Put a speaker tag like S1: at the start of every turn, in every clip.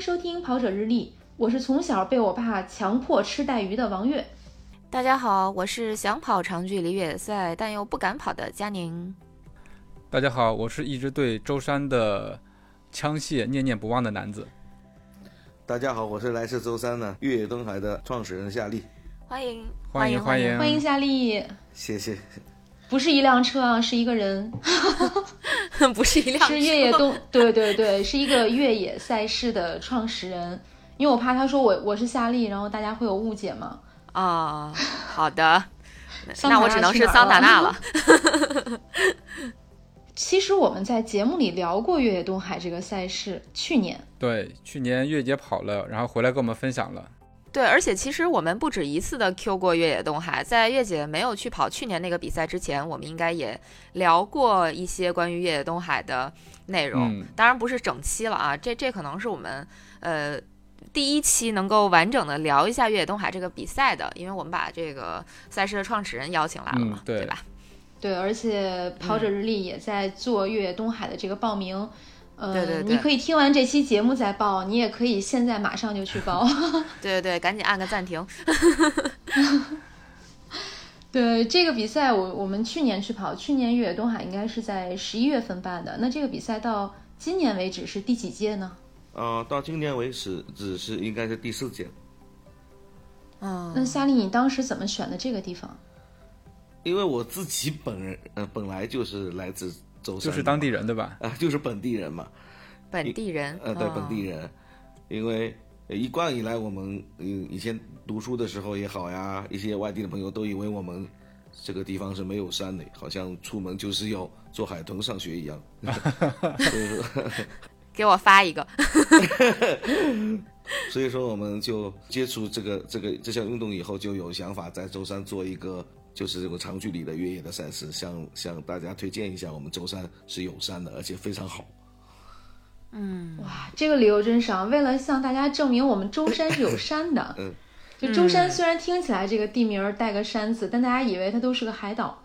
S1: 收听《跑者日历》，我是从小被我爸强迫吃带鱼的王悦。
S2: 嗯大家好，我是想跑长距离越野赛但又不敢跑的佳宁。
S3: 大家好，我是一直对舟山的枪械念念不忘的男子。
S4: 大家好，我是来自舟山的越野灯海的创始人夏利，
S2: 欢迎，
S3: 欢迎
S2: 欢
S3: 迎
S1: 欢迎夏丽，
S4: 谢谢。
S1: 不是一辆车啊，是一个人，
S2: 迎， 不是一辆车
S1: 是越野 动，对对对，是一个越野赛事的创始人。因为我怕他说我我是夏丽，然后大家会有误解嘛。
S2: 啊、好的，
S1: 桑塔纳
S2: 那我只能
S1: 去
S2: 是
S1: 哪儿
S2: 桑塔纳
S1: 了
S2: 了。
S1: 其实我们在节目里聊过越野东海这个赛事，去年
S3: 对，去年月姐跑了，然后回来跟我们分享了。
S2: 对，而且其实我们不止一次的 Q 过越野动海，在月姐没有去跑去年那个比赛之前，我们应该也聊过一些关于越野动海的内容，
S3: 嗯
S2: 当然不是整期了啊，这这可能是我们呃第一期能够完整的聊一下越野动海这个比赛的，因为我们把这个赛事的创始人邀请来了嘛，
S3: 嗯对
S2: 吧？
S1: 对，而且跑者日历也在做越野东海的这个报名。呃，
S2: 对对对
S1: 你可以听完这期节目再报，你也可以现在马上就去报。
S2: 对对对，赶紧按个暂停。
S1: 对这个比赛我，我们去年去跑，去年越野东海应该是在十一月份办的。那这个比赛到今年为止是第几届呢？
S4: 呃，到今年为止，只是应该是第四届，
S1: 那
S2: 嗯，
S1: 夏丽，你当时怎么选的这个地方？
S4: 因为我自己本人呃本来就是来自舟山的
S3: 就
S4: 嘛，
S3: 是当地人对吧？
S4: 啊、 就是本地人嘛，
S2: 本地人，
S4: 呃，对
S3: 啊
S2: 嗯
S4: 本地人，因为呃一贯以来我们嗯以前读书的时候也好呀，一些外地的朋友都以为我们这个地方是没有山的，好像出门就是要坐海豚上学一样。所以说，
S2: 给我发一个。
S4: 所以说我们就接触这个这个这项运动以后，就有想法在舟山做一个就是这种长距离的越野的赛事，向向大家推荐一下，我们舟山是有山的，而且非常好。
S1: 哇，这个理由真是啊！为了向大家证明我们舟山是有山的，
S4: 嗯
S1: 就舟山虽然听起来这个地名儿带个山字，但大家以为它都是个海岛。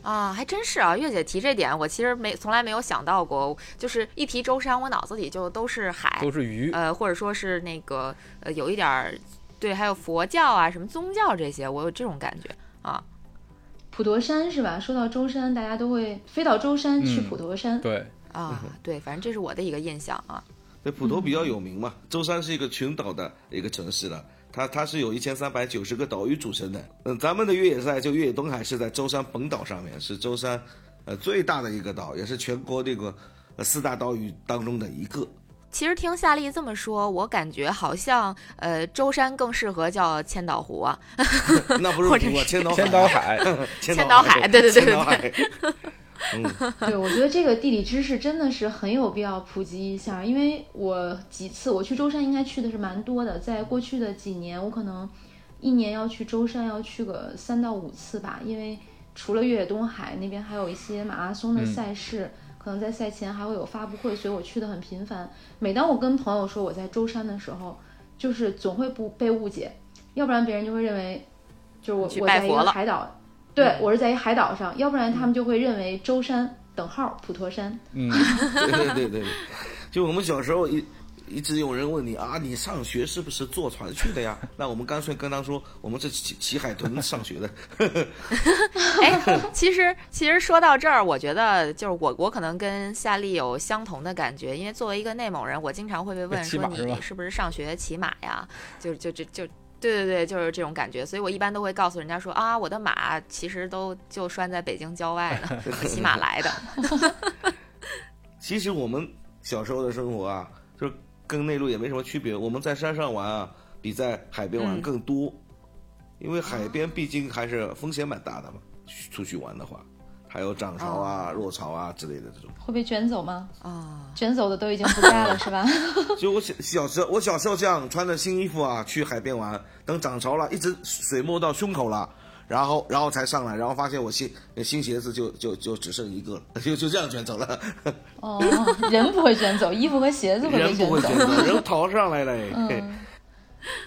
S2: 啊，还真是啊！月姐提这点，我其实没从来没有想到过，就是一提舟山，我脑子里就都是海
S3: 都，是鱼，
S2: 呃，或者说是那个呃，有一点儿对，还有佛教啊，什么宗教这些，我有这种感觉啊。
S1: 普陀山是吧？说到舟山，大家都会飞到舟山去
S3: 嗯
S1: 普陀山。
S3: 对，
S2: 啊，对，反正这是我的一个印象啊。
S4: 对，普陀比较有名
S2: 嗯
S4: 嘛，舟山是一个群岛的一个城市了。它它是有一千三百九十个岛屿组成的。嗯，咱们的越野赛就越野东海是在舟山本岛上面，是舟山，呃最大的一个岛，也是全国这个、呃、四大岛屿当中的一 个。
S2: 其实听夏丽这么说，我感觉好像呃，舟山更适合叫千岛湖啊。
S4: 那不是
S2: 或者
S4: 我千岛
S3: 千岛海，
S4: 千
S2: 千
S4: 岛
S2: 岛海对对对
S4: 千岛海。
S1: 对，我觉得这个地理知识真的是很有必要普及一下，因为我几次我去舟山应该去的是蛮多的，在过去的几年，我可能一年要去舟山要去个三到五次吧，因为除了越野东海那边还有一些马拉松的赛事，可能在赛前还会有发布会，所以我去的很频繁。每当我跟朋友说我在舟山的时候，就是总会不被误解，要不然别人就会认为就是我
S2: 去
S1: 我
S2: 拜
S1: 在一
S2: 佛
S1: 个
S2: 了嗯
S1: 海岛，对我是在一海岛上，要不然他们就会认为舟山等号普陀山。
S3: 嗯，
S4: 对对对对，就我们小时候一一直有人问你啊，你上学是不是坐船去的呀？那我们干脆跟他说，我们是骑骑海豚上学的。
S2: 哎，其实其实说到这儿，我觉得就是我我可能跟夏丽有相同的感觉，因为作为一个内蒙人，我经常会被问
S3: 骑
S2: 说
S3: 马是吧
S2: 你是不是上学骑马呀？就就就就。对对对，就是这种感觉，所以我一般都会告诉人家说啊，我的马其实都就拴在北京郊外 呢，我骑马来的。啊
S4: 其实我们小时候的生活啊，就是跟内陆也没什么区别。我们在山上玩啊，比在海边玩
S2: 嗯
S4: 更多，因为海边毕竟还是风险蛮大的嘛。去出去玩的话，还有涨潮啊、落潮啊之类的这种。
S1: 会被卷走吗？
S2: 啊、
S1: 卷走的都已经不在 了，是吧？
S4: 就我小小时候，我小时候这样穿着新衣服啊，去海边玩，等涨潮了，一直水没到胸口了，然后然后才上来，然后发现我新新鞋子就就就只剩一个了，就就这样卷走了，
S1: 哦，人不会卷走，衣服和鞋子会被
S4: 人
S1: 卷
S4: 不会
S1: 走
S4: 卷。走，人逃上来了。哎嘿
S1: 嗯，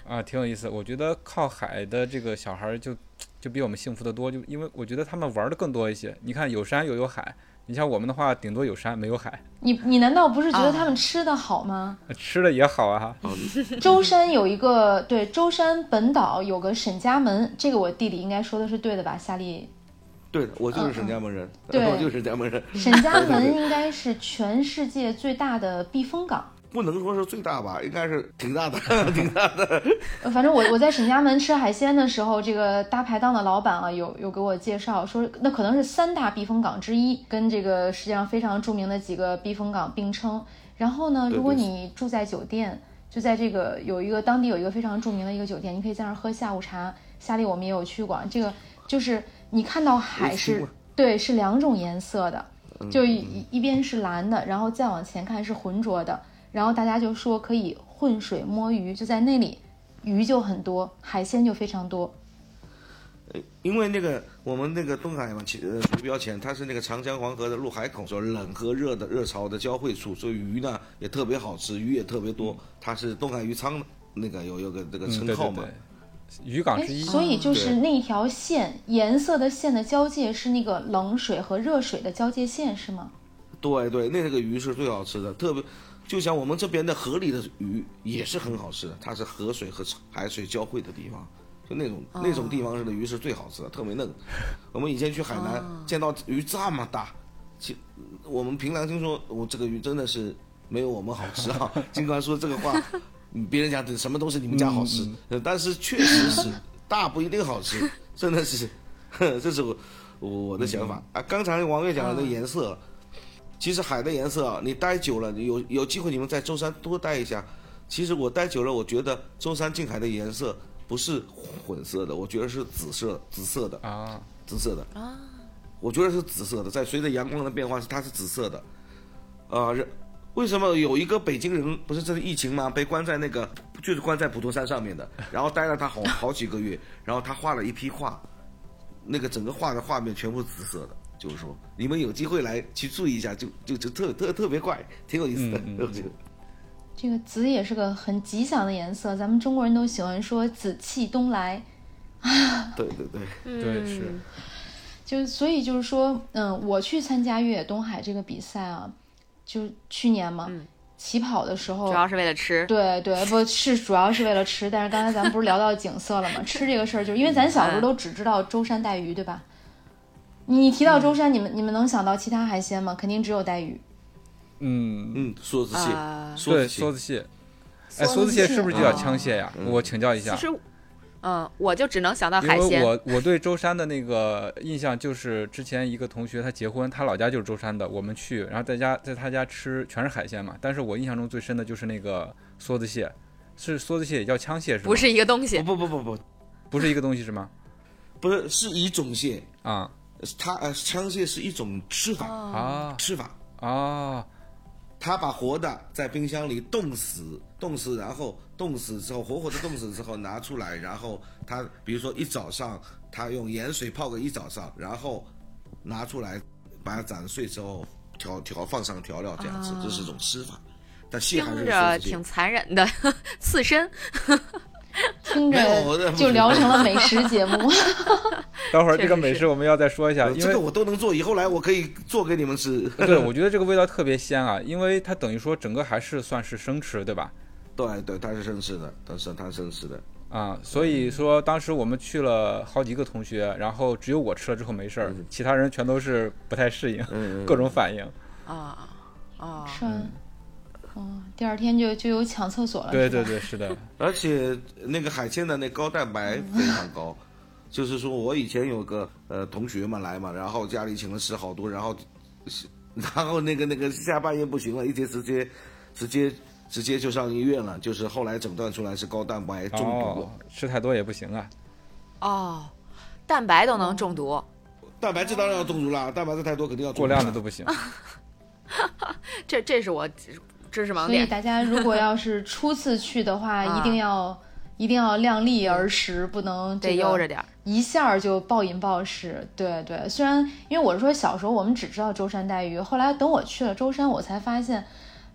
S3: 啊，挺有意思。我觉得靠海的这个小孩儿就就比我们幸福的多，就因为我觉得他们玩的更多一些。你看有山又有海，你像我们的话，顶多有山没有海，
S1: 你你难道不是觉得他们吃的好吗？
S3: 吃的也好啊。
S4: 哦
S1: 舟山有一个对，舟山本岛有个沈家门，这个我地理应该说的是对的吧，夏丽？
S4: 对的，我就是沈家门人，
S1: 对
S4: 我就是沈家门人。
S1: 沈家门应该是全世界最大的避风港。
S4: 不能说是最大吧，应该是挺大的，挺大的。
S1: 呃反正我我在沈家门吃海鲜的时候，这个大排档的老板啊，有有给我介绍说，那可能是三大避风港之一，跟这个世界上非常著名的几个避风港并称。然后呢，
S4: 对
S1: 如果
S4: 对
S1: 你住在酒店，就在这个有一个当地有一个非常著名的一个酒店，你可以在那儿喝下午茶。夏利我们也有去过，这个就是你看到海
S4: 我去
S1: 是
S4: 过，
S1: 对，是两种颜色的，就一一边是蓝的，然后再往前看是浑浊的，然后大家就说可以浑水摸鱼，就在那里，鱼就很多，海鲜就非常多。
S4: 因为那个我们那个东海嘛，其呃鼠标前它是那个长江黄河的入海口，说冷和热的热潮的交汇处，所以鱼呢也特别好吃，鱼也特别多。它是东海鱼仓的那个有有个这个
S3: 嗯，
S4: 称
S3: 对
S4: 号
S3: 对
S4: 嘛，
S3: 对，渔港
S1: 哎，
S3: 啊之一。
S1: 所以就
S4: 对
S1: 是那条线，颜色的线的交界是那个冷水和热水的交界线，是吗？
S4: 对对，那个鱼是最好吃的，特别就像我们这边的河里的鱼也是很好吃的，它是河水和海水交汇的地方，就那种、那种地方上的鱼是最好吃的，特别嫩。我们以前去海南、见到鱼这么大，其我们凭良心说，我这个鱼真的是没有我们好吃啊。尽管说这个话，嗯别人家的什么都是你们家好吃，呃但是确实是大不一定好吃，真的是， 呵这是我我的想法、啊。刚才王月讲的那个颜色。其实海的颜色啊，你待久了，你有有机会你们在舟山多待一下。其实我待久了，我觉得舟山近海的颜色不是混色的，我觉得是紫色，紫色的，
S3: 啊，
S4: 紫色的啊，我觉得是紫色的，在随着阳光的变化，它是紫色的。啊、人为什么有一个北京人不是这个疫情吗？被关在那个就是关在普陀山上面的，然后待了他好好几个月，然后他画了一批画，那个整个画的画面全部紫色的。就是说，你们有机会来去注意一下，就就就特特特别怪，挺有意思的。
S3: 嗯嗯
S4: 我觉得
S1: 这个紫也是个很吉祥的颜色，咱们中国人都喜欢说紫气东来，
S4: 对对对，
S1: 嗯
S3: 对是。
S1: 就所以就是说，嗯，我去参加越野东海这个比赛啊，就是去年嘛，起跑的时候
S2: 嗯主，要是为了吃。
S1: 对对，不是主要是为了吃，但是刚才咱们不是聊到景色了嘛， 吃这个事儿，就是因为咱小
S2: 嗯
S1: 时候都只知道舟山带鱼，对吧？你你提到
S2: 嗯
S1: 舟山，你们你们能想到其他海鲜吗？肯定只有带鱼。
S3: 嗯，
S4: 嗯，梭子蟹，
S2: 啊
S4: 梭
S3: 对，
S4: 子蟹
S3: 梭，子蟹。哎，
S1: 梭
S3: 梭
S1: 子
S3: 子
S1: 蟹
S3: 蟹是不是就叫
S1: 啊
S3: 枪蟹呀？我请教一下
S2: 其。实，嗯，我就只能想到
S3: 因
S2: 海
S3: 为
S2: 鲜。
S3: 我我对舟山的那个印象就是之前一个同学他结婚，他老家就是舟山的，我们去，然后在家在他家吃全是海鲜嘛。但是我印象中最深的就是那个梭子蟹，是梭子蟹也叫枪蟹是吗？
S2: 不是一个东西，
S4: 哦不不不不不，
S3: 不是一个东西是吗？
S4: 不是是一种蟹，
S3: 啊
S4: 它呃枪蟹是一种吃法，
S3: 啊
S4: 吃法，
S3: 啊！
S4: 他把活的在冰箱里冻死，冻死，然后冻死之后，活活的冻死之后拿出来，然后他比如说一早上，他用盐水泡个一早上，然后拿出来，把它斩碎之后调调放上调料这样吃，这是一种吃法。但蟹还
S2: 啊听
S4: 是
S2: 着
S4: 梭子蟹
S2: 挺残忍的， 刺身。
S1: 听
S4: 没有我在
S1: 着就聊成了美 食节目，
S3: 待会儿
S2: 确
S3: 这个
S2: 实
S3: 美
S2: 是
S3: 食我们要再说一下，
S4: 呃
S3: 因
S4: 这
S3: 为
S4: 个
S3: 呃
S4: 我都能做，以后来我可以做给你 们吃。
S3: 对我觉得这个味道特别鲜啊，因为它等于说整个还是算是生吃对吧？
S4: 对对，它是生吃的，它是它是生吃的。
S3: 啊，所以说当时我们去了好几个同学，然后只有我吃了之后没事儿，
S4: 嗯
S3: 其他人全都是不太适应，各种反应。
S2: 啊啊，
S1: 吃
S4: 嗯
S1: 完，哦，第二天就就有抢厕所了，
S3: 对
S1: 是吧
S3: 对对，是的，
S4: 而且那个海鲜的那高蛋白非常高，就是说我以前有个呃同学嘛来嘛，然后家里请了吃好多，然后 然后那个那个下半夜不行了，一直直接直接直接就上医院了，就是后来诊断出来是高蛋白中毒。
S3: 哦，吃太多也不行啊。
S2: 哦，蛋白
S1: 哦
S2: 都能中毒，
S4: 蛋白质当然要中毒啦，蛋白质太多肯定要中毒
S3: 过
S4: 啦
S3: 量的都不行。
S2: 这这是我知知识盲
S1: 所以
S2: 点。
S1: 大家如果要是初次去的话，
S2: 啊
S1: 一定要一定要量力而食，不能
S2: 得
S1: 这
S2: 悠着
S1: 个
S2: 点儿，
S1: 一下儿就暴饮暴食。对对，虽然因为我是说小时候我们只知道舟山带鱼，后来等我去了舟山，我才发现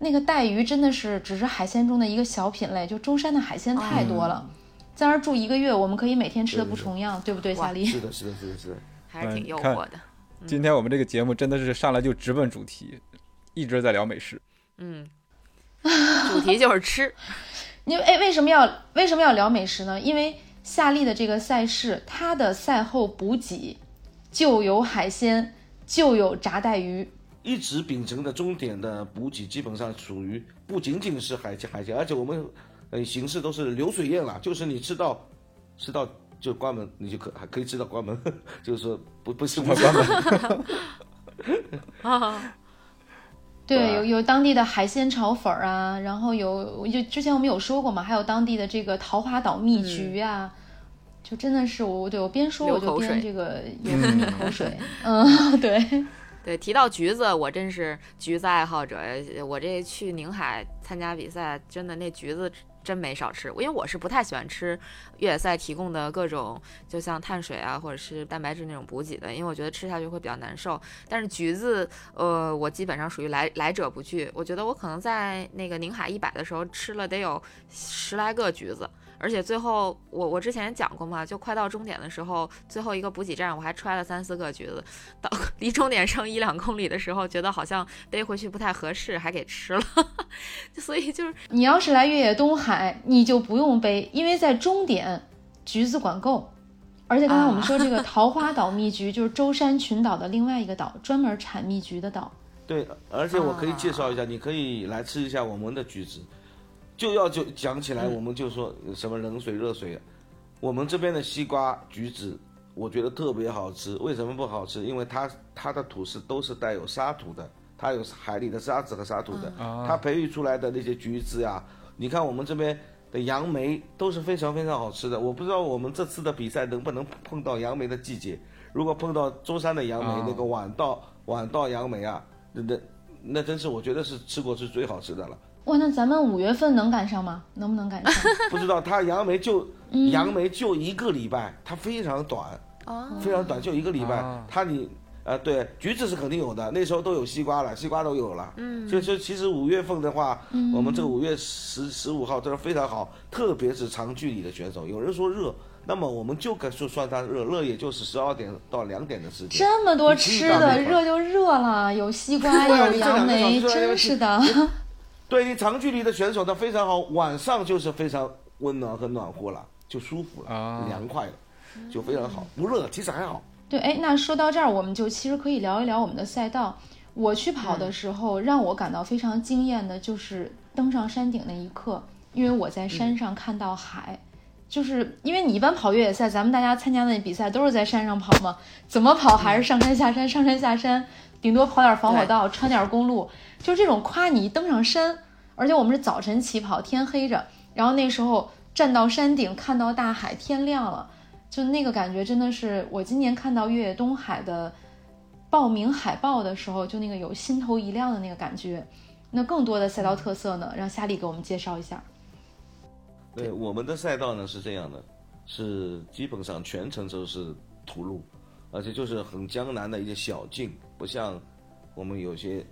S1: 那个带鱼真的是只是海鲜中的一个小品类，就舟山的海鲜
S2: 嗯
S1: 太多了。在那儿住一个月，我们可以每天吃的不重样，对不对，
S2: 哇
S1: 夏丽？
S4: 是的，是的，是的，是的。
S2: 还是挺诱惑的。
S3: 今天我们这个节目真的是上来就直奔主题，一直在聊美食。
S2: 嗯，主题就是吃。
S1: 因为哎，为什么要为什么要聊美食呢？因为夏利的这个赛事，它的赛后补给就有海鲜，就有炸带鱼。
S4: 一直秉承的终点的补给，基本上属于不仅仅是海鲜海鲜，而且我们呃形式都是流水宴了，就是你吃到吃到就关门，你就可还可以吃到关门， 就是说不不是
S3: 我关门。
S2: 啊，
S1: 对，
S4: 对
S1: 有有当地的海鲜炒粉儿啊，然后有就之前我们有说过嘛，还有当地的这个桃花岛蜜橘啊，就真的是我对我边说
S2: 嗯流
S1: 我就
S2: 口水
S1: 边这个流口水，嗯， 对，
S2: 对，提到橘子，我真是橘子爱好者。我这去宁海参加比赛，真的那橘子真没少吃。因为我是不太喜欢吃越野赛提供的各种，就像碳水啊，或者是蛋白质那种补给的，因为我觉得吃下去会比较难受。但是橘子，呃，我基本上属于来来者不拒。我觉得我可能在那个宁海一百的时候吃了得有十来个橘子。而且最后，我我之前也讲过嘛，就快到终点的时候，最后一个补给站我还揣了三四个橘子，离终点剩一两公里的时候，觉得好像背回去不太合适，还给吃了， 所以就是
S1: 你要是来越野东海，你就不用背，因为在终点橘子管够。而且刚才我们说这个桃花岛蜜橘，就是舟山群岛的另外一个岛，专门产蜜橘的岛。
S4: 对，而且我可以介绍一下，你可以来吃一下我们的橘子。就要就讲起来，我们就说呃什么冷水、热水，我们这边的西瓜、橘子，我觉得特别好吃。为什么不好吃？因为它它的土是都是带有沙土的，它有海里的沙子和沙土的，它培育出来的那些橘子呀、你看我们这边的杨梅都是非常非常好吃的。我不知道我们这次的比赛能不能碰到杨梅的季节。如果碰到舟山的杨梅，
S3: 啊
S4: 那个晚稻晚稻杨梅啊，那那那真是我觉得是吃过是最好吃 的了。
S1: 哇，那咱们五月份能赶上吗？能不能 赶上？
S4: 不知道它杨梅就、
S3: 嗯
S4: 杨梅就一个礼拜，它非常短，
S2: 啊，
S4: 非常短，就一个礼拜。
S3: 嗯啊
S4: 它你呃对橘子是肯定有的，那时候都有西瓜了，西瓜都有了。嗯，所以说其实五月份的话，
S3: 嗯
S4: 我们这个五月十十五号真的非常好，特别是长距离的选手，有人说热。那么我们就该说算它热，热也就是十二点到两点的时间。
S1: 这么多吃的，热就热了，有西瓜，
S4: 对啊
S1: 有
S4: 你这两
S1: 杨
S4: 个
S1: 梅，
S4: 小吃
S1: 真是的。
S4: 对你长距离的选手，他非常好，晚上就是非常温暖和暖和了，就舒服了，
S3: 啊
S4: 凉快了，就非常好，不热其实还好。
S1: 对，哎，那说到这儿，我们就其实可以聊一聊我们的赛道。我去跑的时候，让我感到非常惊艳的就是登上山顶那一刻，因为我在山上看到海。就是因为你一般跑越野赛，咱们大家参加的比赛都是在山上跑嘛，怎么跑还是上山下山，上山下山，顶多跑点防火道，穿点公路，就这种夸你一登上山，而且我们是早晨起跑，天黑着，然后那时候站到山顶看到大海，天亮了，就那个感觉真的是我今年看到越野东海的报名海报的时候，就那个有心头一亮的那个感觉。那更多的赛道特色
S2: 嗯
S1: 呢，让夏丽给我们介绍一下。
S4: 对，我们的赛道呢是这样的，是基本上全程都是土路，而且就是很江南的一些小径，不像我们有些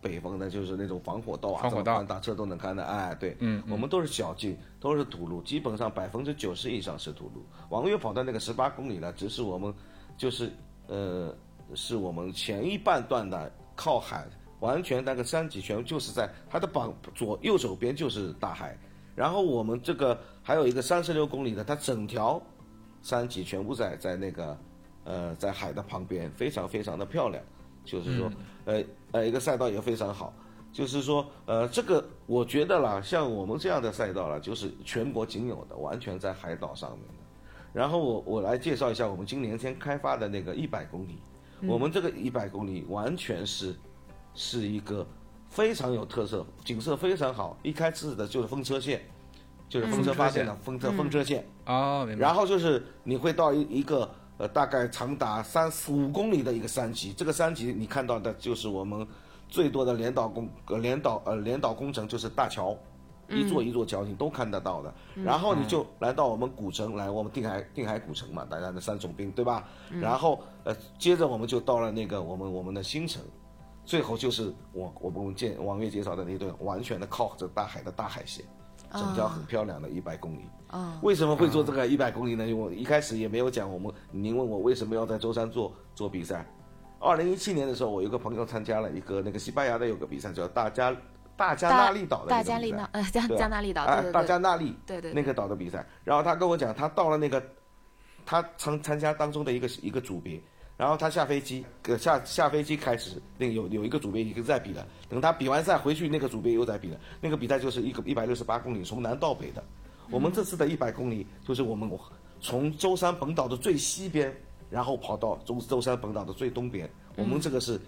S4: 北方的，就是那种防火道啊，
S3: 防火道
S4: 这么宽大车都能看的。哎，对，
S3: 嗯
S4: 我们都是小径，都是土路，基本上百分之九十以上是土路。王悦跑的那个十八公里呢，只是我们就是呃，是我们前一半段的靠海，完全那个山脊全就是在它的膀左右手边就是大海，然后我们这个还有一个三十六公里的，它整条山脊全部在在那个呃在海的旁边，非常非常的漂亮，就是说、呃呃一个赛道也非常好。就是说，呃，这个我觉得啦，像我们这样的赛道啦，就是全国仅有的，完全在海岛上面的。然后我我来介绍一下我们今年先开发的那个一百公里，我们这个一百公里完全是是一个非常有特色，景色非常好。一开始的就是风车线，就是风车发现的嗯风车风车线，嗯
S3: 哦，明白。
S4: 然后就是你会到一一个呃大概长达三四五公里的一个山脊，这个山脊你看到的就是我们最多的联导工呃联导呃联导工程就是大桥，一座一座桥你都看得到的。然后你就来到我们古城，来我们定海定海古城嘛，大家的三重兵对吧？然后呃接着我们就到了那个我们我们的新城。最后就是我我们介王月介绍的那段完全的靠着大海的大海线，整条很漂亮的一百公里。
S2: 嗯
S4: 为什么会做这个一百公里呢？因为我一开始也没有讲，我们您问我为什么要在舟山做做比赛，二零一七年的时候，我有个朋友参加了一个那个西班牙的有个比赛，叫大加大加那利岛的
S2: 大
S4: 一个
S2: 加
S4: 比
S2: 利
S4: 赛
S2: 纳，呃，加
S4: 对
S2: 加纳利岛，
S4: 啊
S2: 对对，
S4: 大
S2: 对，
S4: 加那利
S2: 对对
S4: 那个岛的比赛。然后他跟我讲，他到了那个他参参加当中的一个一个组别，然后他下飞机，呃下下飞机开始，那个有有一个组别已经在比了，等他比完赛回去，那个组别又在比了，那个比赛就是一个一百六十八公里，从南到北的。我们这次的一百公里就是我们我从舟山本岛的最西边，然后跑到舟舟山本岛的最东边，我们这个是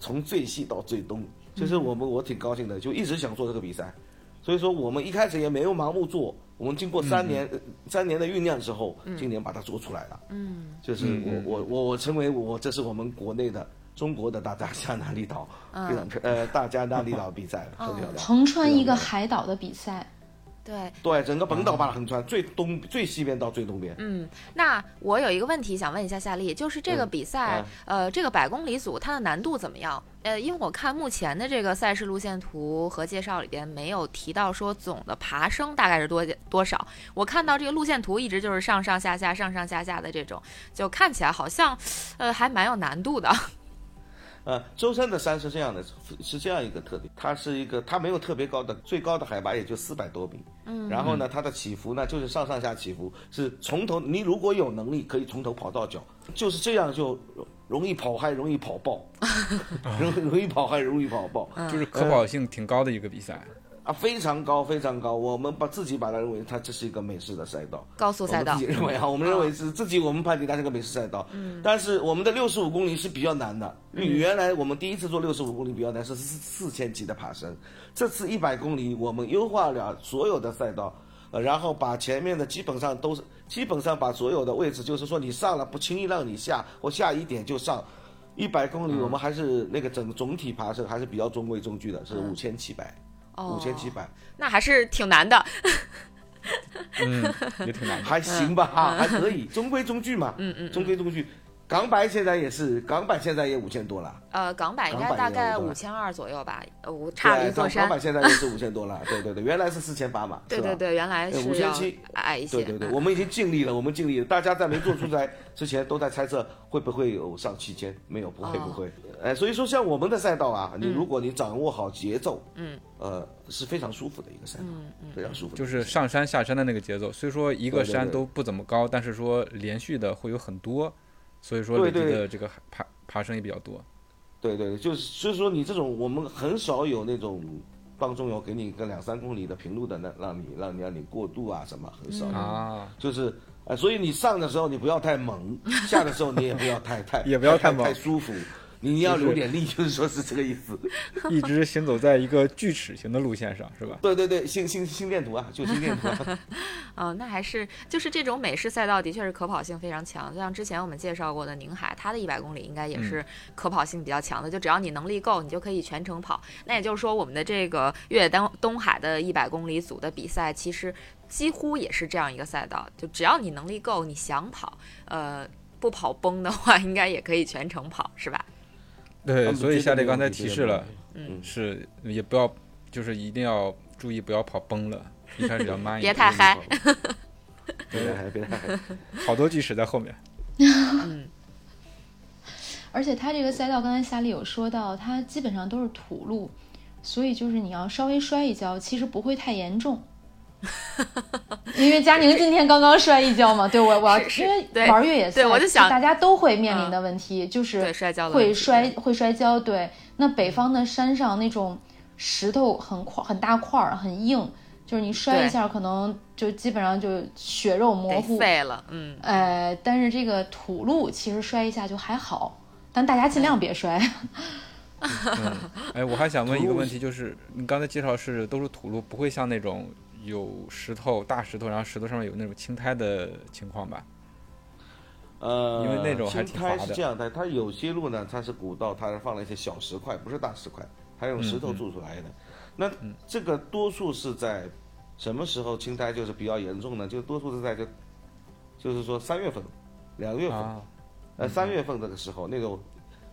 S4: 从最西到最东，就是我们我挺高兴的，就一直想做这个比赛，所以说我们一开始也没有盲目做，我们经过三年、呃三年的酝酿之后，今年把它做出来了。嗯，就是我我我我成为我这是我们国内的中国的大大加那利岛，非常漂 呃大加那利岛比赛很漂亮。
S1: 横穿一个海岛的比赛，
S2: 对，
S4: 对，整个本岛把它横穿，最东最西边到最东边。
S2: 嗯，那我有一个问题想问一下夏丽，就是这个比赛
S4: 啊，
S2: 呃，这个百公里组它的难度怎么样？呃，因为我看目前的这个赛事路线图和介绍里边没有提到说总的爬升大概是多多少。我看到这个路线图一直就是上上下下、上上下下的这种，就看起来好像，呃，还蛮有难度的。
S4: 呃，舟山的山是这样的，是这样一个特点，它是一个它没有特别高的，最高的海拔也就四百多米。嗯，然后呢，它的起伏呢就是上上下起伏，是从头你如果有能力可以从头跑到脚，就是这样就容易跑嗨，容易跑爆，容容易跑嗨，容易跑爆。
S3: 就是可跑性挺高的一个比赛。
S4: 啊，非常高，非常高。我们把自己把它认为它这是一个美式的赛道，
S2: 高速赛道嗯
S4: 我们自己认为啊，我们认为是自己，我们判定它是个美式赛道。嗯，但是我们的六十五公里是比较难的。
S2: 嗯
S4: 原来我们第一次做六十五公里比较难，是四四千级的爬升。这次一百公里，我们优化了所有的赛道，呃，然后把前面的基本上都是，基本上把所有的位置，就是说你上了不轻易让你下，或下一点就上。一百公里，我
S2: 嗯
S4: 们还是那个整总体爬升还是比较中规中矩的，是五千七百。
S2: 嗯哦，
S4: 五千七，百，
S2: 那还是挺难的。
S3: 嗯，也挺难的。
S4: 还行吧，
S2: 嗯
S4: 还可 以，中规中矩嘛。嗯嗯，中规中矩。港版现在也是，港版现在也五千多了，
S2: 呃，港版应该
S4: 港版
S2: 大
S4: 也
S2: 概
S4: 有
S2: 五
S4: 吧
S2: 千二左右吧，呃，我
S4: 对
S2: 差了一座
S4: 港
S2: 山。
S4: 版现在也是五千多了， 对对对，原来是四千八嘛，
S2: 对
S4: 是吧
S2: 对，对，原来
S4: 哎
S2: 是要
S4: 5700
S2: 矮一些。
S4: 对对对，
S2: 嗯
S4: 我们已经尽力了，我们尽力了。大家在没做出来之前都在猜测会不会有上七千，没有，不会
S2: 哦嗯
S4: 不会。哎，所以说像我们的赛道啊，你如果你掌握好节奏，嗯，呃，是非常舒服的一个赛道，
S2: 嗯
S4: 非常舒服的一个赛道，
S3: 就是上山下山的那个节奏，虽说一个
S4: 对对
S3: 山
S4: 对
S3: 都不怎么高，但是说连续的会有很多，所以说累
S4: 对
S3: 积
S4: 对
S3: 的这个爬爬升也比较多。
S4: 对对，对就是所以说你这种我们很少有那种帮中游给你个两三公里的平路的，那让你让你让你过渡啊什么很少有，
S3: 啊，
S4: 就是。呃，所以你上的时候你不要太猛，下的时候你也不要太 太
S3: 也不要太
S4: 太
S3: 猛
S4: 太 舒服，你要留点力，就是说是这个意思。
S3: 一直行走在一个锯齿形的路线上，是吧？
S4: 对对对，心心心电图啊，就心电图、 啊。
S2: 哦，那还是就是这种美式赛道的确是可跑性非常强，就像之前我们介绍过的宁海，它的一百公里应该也是可跑性比较强的，就只要你能力够，你就可以全程跑。那也就是说，我们的这个越野东东海的一百公里组的比赛，其实几乎也是这样一个赛道，就只要你能力够，你想跑，呃，不跑崩的话， 应该也可以全程跑，是吧？
S3: 对，
S4: 嗯
S3: 所以夏丽刚才提
S4: 绝对
S3: 示
S4: 没有
S3: 了，是也不要，就是一定要注意不要跑崩了，一开始要慢一
S2: 别
S3: 点，
S2: 太嗨。
S4: 嗯别太嗨，别太嗨。
S3: 好多锯齿在后面。
S1: 而且它这个赛道，刚才夏丽有说到，它基本上都是土路，所以就是你要稍微摔一跤，其实不会太严 重。因为佳宁今天刚刚摔一跤嘛，对我我要
S2: 是是
S1: 因为
S2: 对
S1: 玩越野赛，
S2: 对我就想嗯
S1: 大家都会面临的问题、就是
S2: 对摔跤的问
S1: 会
S2: 题
S1: 摔
S2: 对
S1: 会摔跤。对，那北方的山上那种石头很块很大块儿很硬，就是你摔一
S2: 对
S1: 下可能就基本上就血肉模
S2: 得
S1: 糊，
S2: 废了，嗯，
S1: 呃，但是这个土路其实摔一下就还好，但大家尽量别摔。
S3: 嗯，哎，我还想问一个问题，就是你刚才介绍是都是土路，不会像那种有石头、大石头，然后石头上面有那种青苔的情况吧？
S4: 呃，
S3: 因为那种还挺
S4: 青
S3: 滑
S4: 苔
S3: 的
S4: 是这样的，它有些路呢，它是古道，它是放了一些小石块，不是大石块，它用石头
S3: 嗯嗯
S4: 做出来的。那这个多数是在什么时候青苔就是比较严重呢？就多数是在就就是说三月份、两月份，
S3: 啊，
S4: 呃，三月份这个时候，那种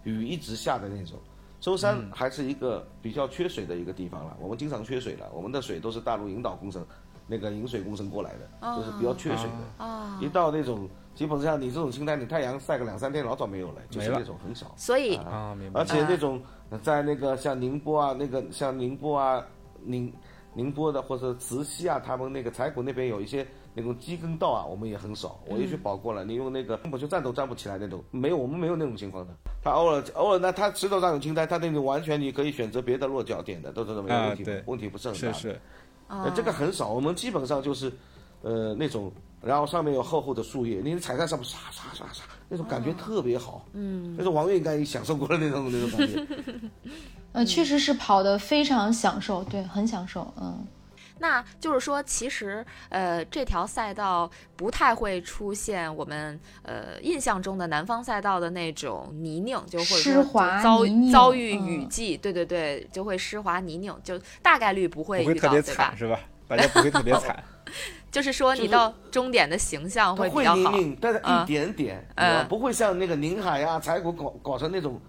S4: 雨一直下的那种。舟山
S3: 嗯
S4: 还是一个比较缺水的一个地方了，我们经常缺水了，我们的水都是大陆引导工程那个引水工程过来
S3: 哦
S4: 的，就是比较缺水的。
S2: 啊
S4: 一，到那种基本上你这种青苔，你太阳晒个两三天，老早没有了，就是
S3: 没了
S4: 那种很少。
S2: 所以
S3: 啊，明白
S4: 而。且那种在那个像宁波啊，那个像宁波啊，宁宁波的或者慈溪啊，他们那个柴谷那边有一些那种机耕道啊，我们也很少，我也
S3: 嗯
S4: 去保过了。你用那个根本就站都站不起来那种，没有我们没有那种情况的。他偶尔偶尔呢，他石头上有青苔，他那种完全你可以选择别的落脚点的，都是没有
S3: 啊
S4: 问题的，
S3: 对
S4: 问题不是很大
S3: 是
S4: 的。
S3: 是，
S4: 呃，这个很少，我们基本上就是，呃，那种，然后上面有厚厚的树叶，你踩在上面刷刷刷刷，那种感觉特别好，嗯，那种王源应该也享受过了那种那种感觉。
S1: 呃，
S2: 嗯
S1: 确实是跑得非常享受，对，很享受，嗯。
S2: 那就是说，其实呃，这条赛道不太会出现我们呃印象中的南方赛道的那种泥泞，就或者
S1: 湿
S2: 说
S1: 滑
S2: 遭
S1: 泥泞
S2: 遭遇雨
S1: 嗯
S2: 季，对对对，就会湿滑泥泞，就大概率不会
S3: 不会
S2: 遇
S3: 特
S2: 到，
S3: 别
S2: 对吧
S3: 惨？是吧？大家不会特别 惨。
S2: 就是说，你
S4: 就是
S2: 到终点的形象
S4: 它
S2: 比
S4: 会
S2: 较
S4: 泥
S2: 好。
S4: 泞，但是
S2: 嗯
S4: 一点点，
S2: 嗯
S4: 呃，不会像那个宁海啊、柴谷搞搞成那种。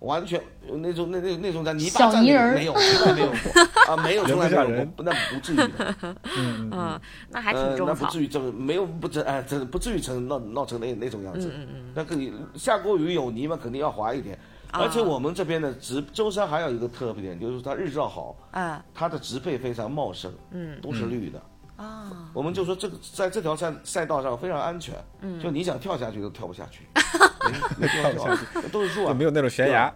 S4: 完全那种那那那种在泥巴
S1: 小
S4: 上
S1: 泥
S4: 面
S1: 人儿
S4: 没有，从来没有过啊，没有，
S3: 人
S4: 从
S3: 不
S4: 来没有
S3: 像 人
S4: 过，那不至于的，
S3: 嗯嗯嗯，
S2: 嗯，那还挺
S4: 呃，
S2: 种
S4: 那不
S2: 草。
S4: 至于这么没有不真哎，真的不至于成闹闹成那那种样子
S2: 嗯。嗯
S4: 那个下过雨有泥嘛，肯定要滑一点。
S2: 啊
S4: 而且我们这边的植舟山还有一个特点，就是它日照好，
S2: 嗯啊
S4: 它的植被非常茂盛，
S2: 嗯
S4: 都是绿的。
S2: 啊，
S4: 我们就说这个在这条赛赛道上非常安全，
S2: 嗯
S4: 就你想跳下去都跳不下 去，没没地方跳， 都是树
S3: 就
S4: 啊
S3: 没，有那种悬崖。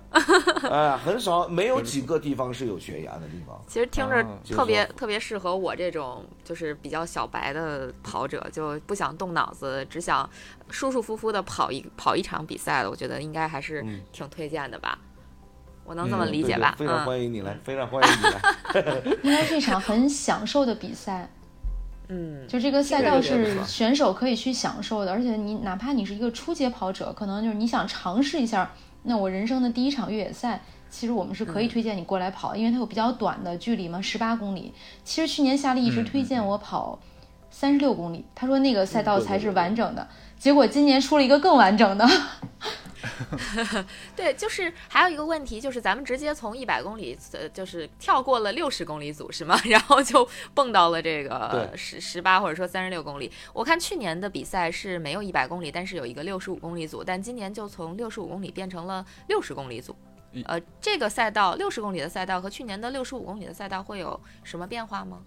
S4: 哎，很少没有几个地方是有悬崖的地方。
S2: 其实听着
S3: 啊
S4: 哦就是
S2: 特别、
S4: 说
S2: 特别适合我这种就是比较小白的跑者，就不想动脑子，只想舒舒服服的跑一跑一场比赛的。我觉得应该还是
S4: 嗯
S2: 挺推荐的吧，我能这么
S3: 嗯
S2: 理
S4: 对
S2: 解
S4: 对
S2: 吧？
S4: 非常欢迎你来，非常欢迎你来。
S1: 应该是一场很享受的比赛，
S2: 嗯
S1: 就这个赛道
S4: 这个有点
S1: 是
S4: 不错
S1: 选手可以去享受的，而且你哪怕你是一个初阶跑者，可能就是你想尝试一下，那我人生的第一场越野赛，其实我们是可以推荐你过来跑，因为它有比较短的距离嘛，十八公里。其实去年夏利一直推荐我跑三十六公里，他说那个赛道才是完整的，结果今年出了一个更完整的，
S2: 嗯，对，就是还有一个问题，就是咱们直接从一百公里，呃，就是跳过了六十公里组是吗？ 然后就蹦到了这个
S4: 对
S2: 十十八或者说三十六公里。我看去年的比赛是没有一百公里，但是有一个六十五公里组，但今年就从六十五公里变成了六十公里组
S3: 一。
S2: 呃，这个赛道六十公里的赛道和去年的六十五公里的赛道会有什么变化吗？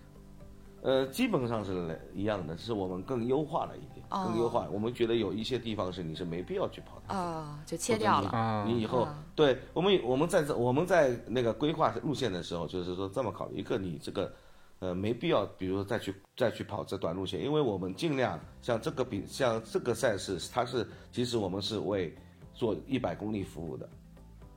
S4: 呃，基本上是一样的，只是我们更优化了一点，
S2: 哦
S4: 更优化。我们觉得有一些地方是你是没必要去跑的。
S2: 哦，就切掉了。
S3: 啊，
S4: 你以后、
S2: 嗯
S4: 对我们，我们在这我们在那个规划路线的时候，就是说这么考虑：一个你这个，呃，没必要，比如说再去再去跑这段路线，因为我们尽量像这个比像这个赛事，它是其实我们是为做一百公里服务的，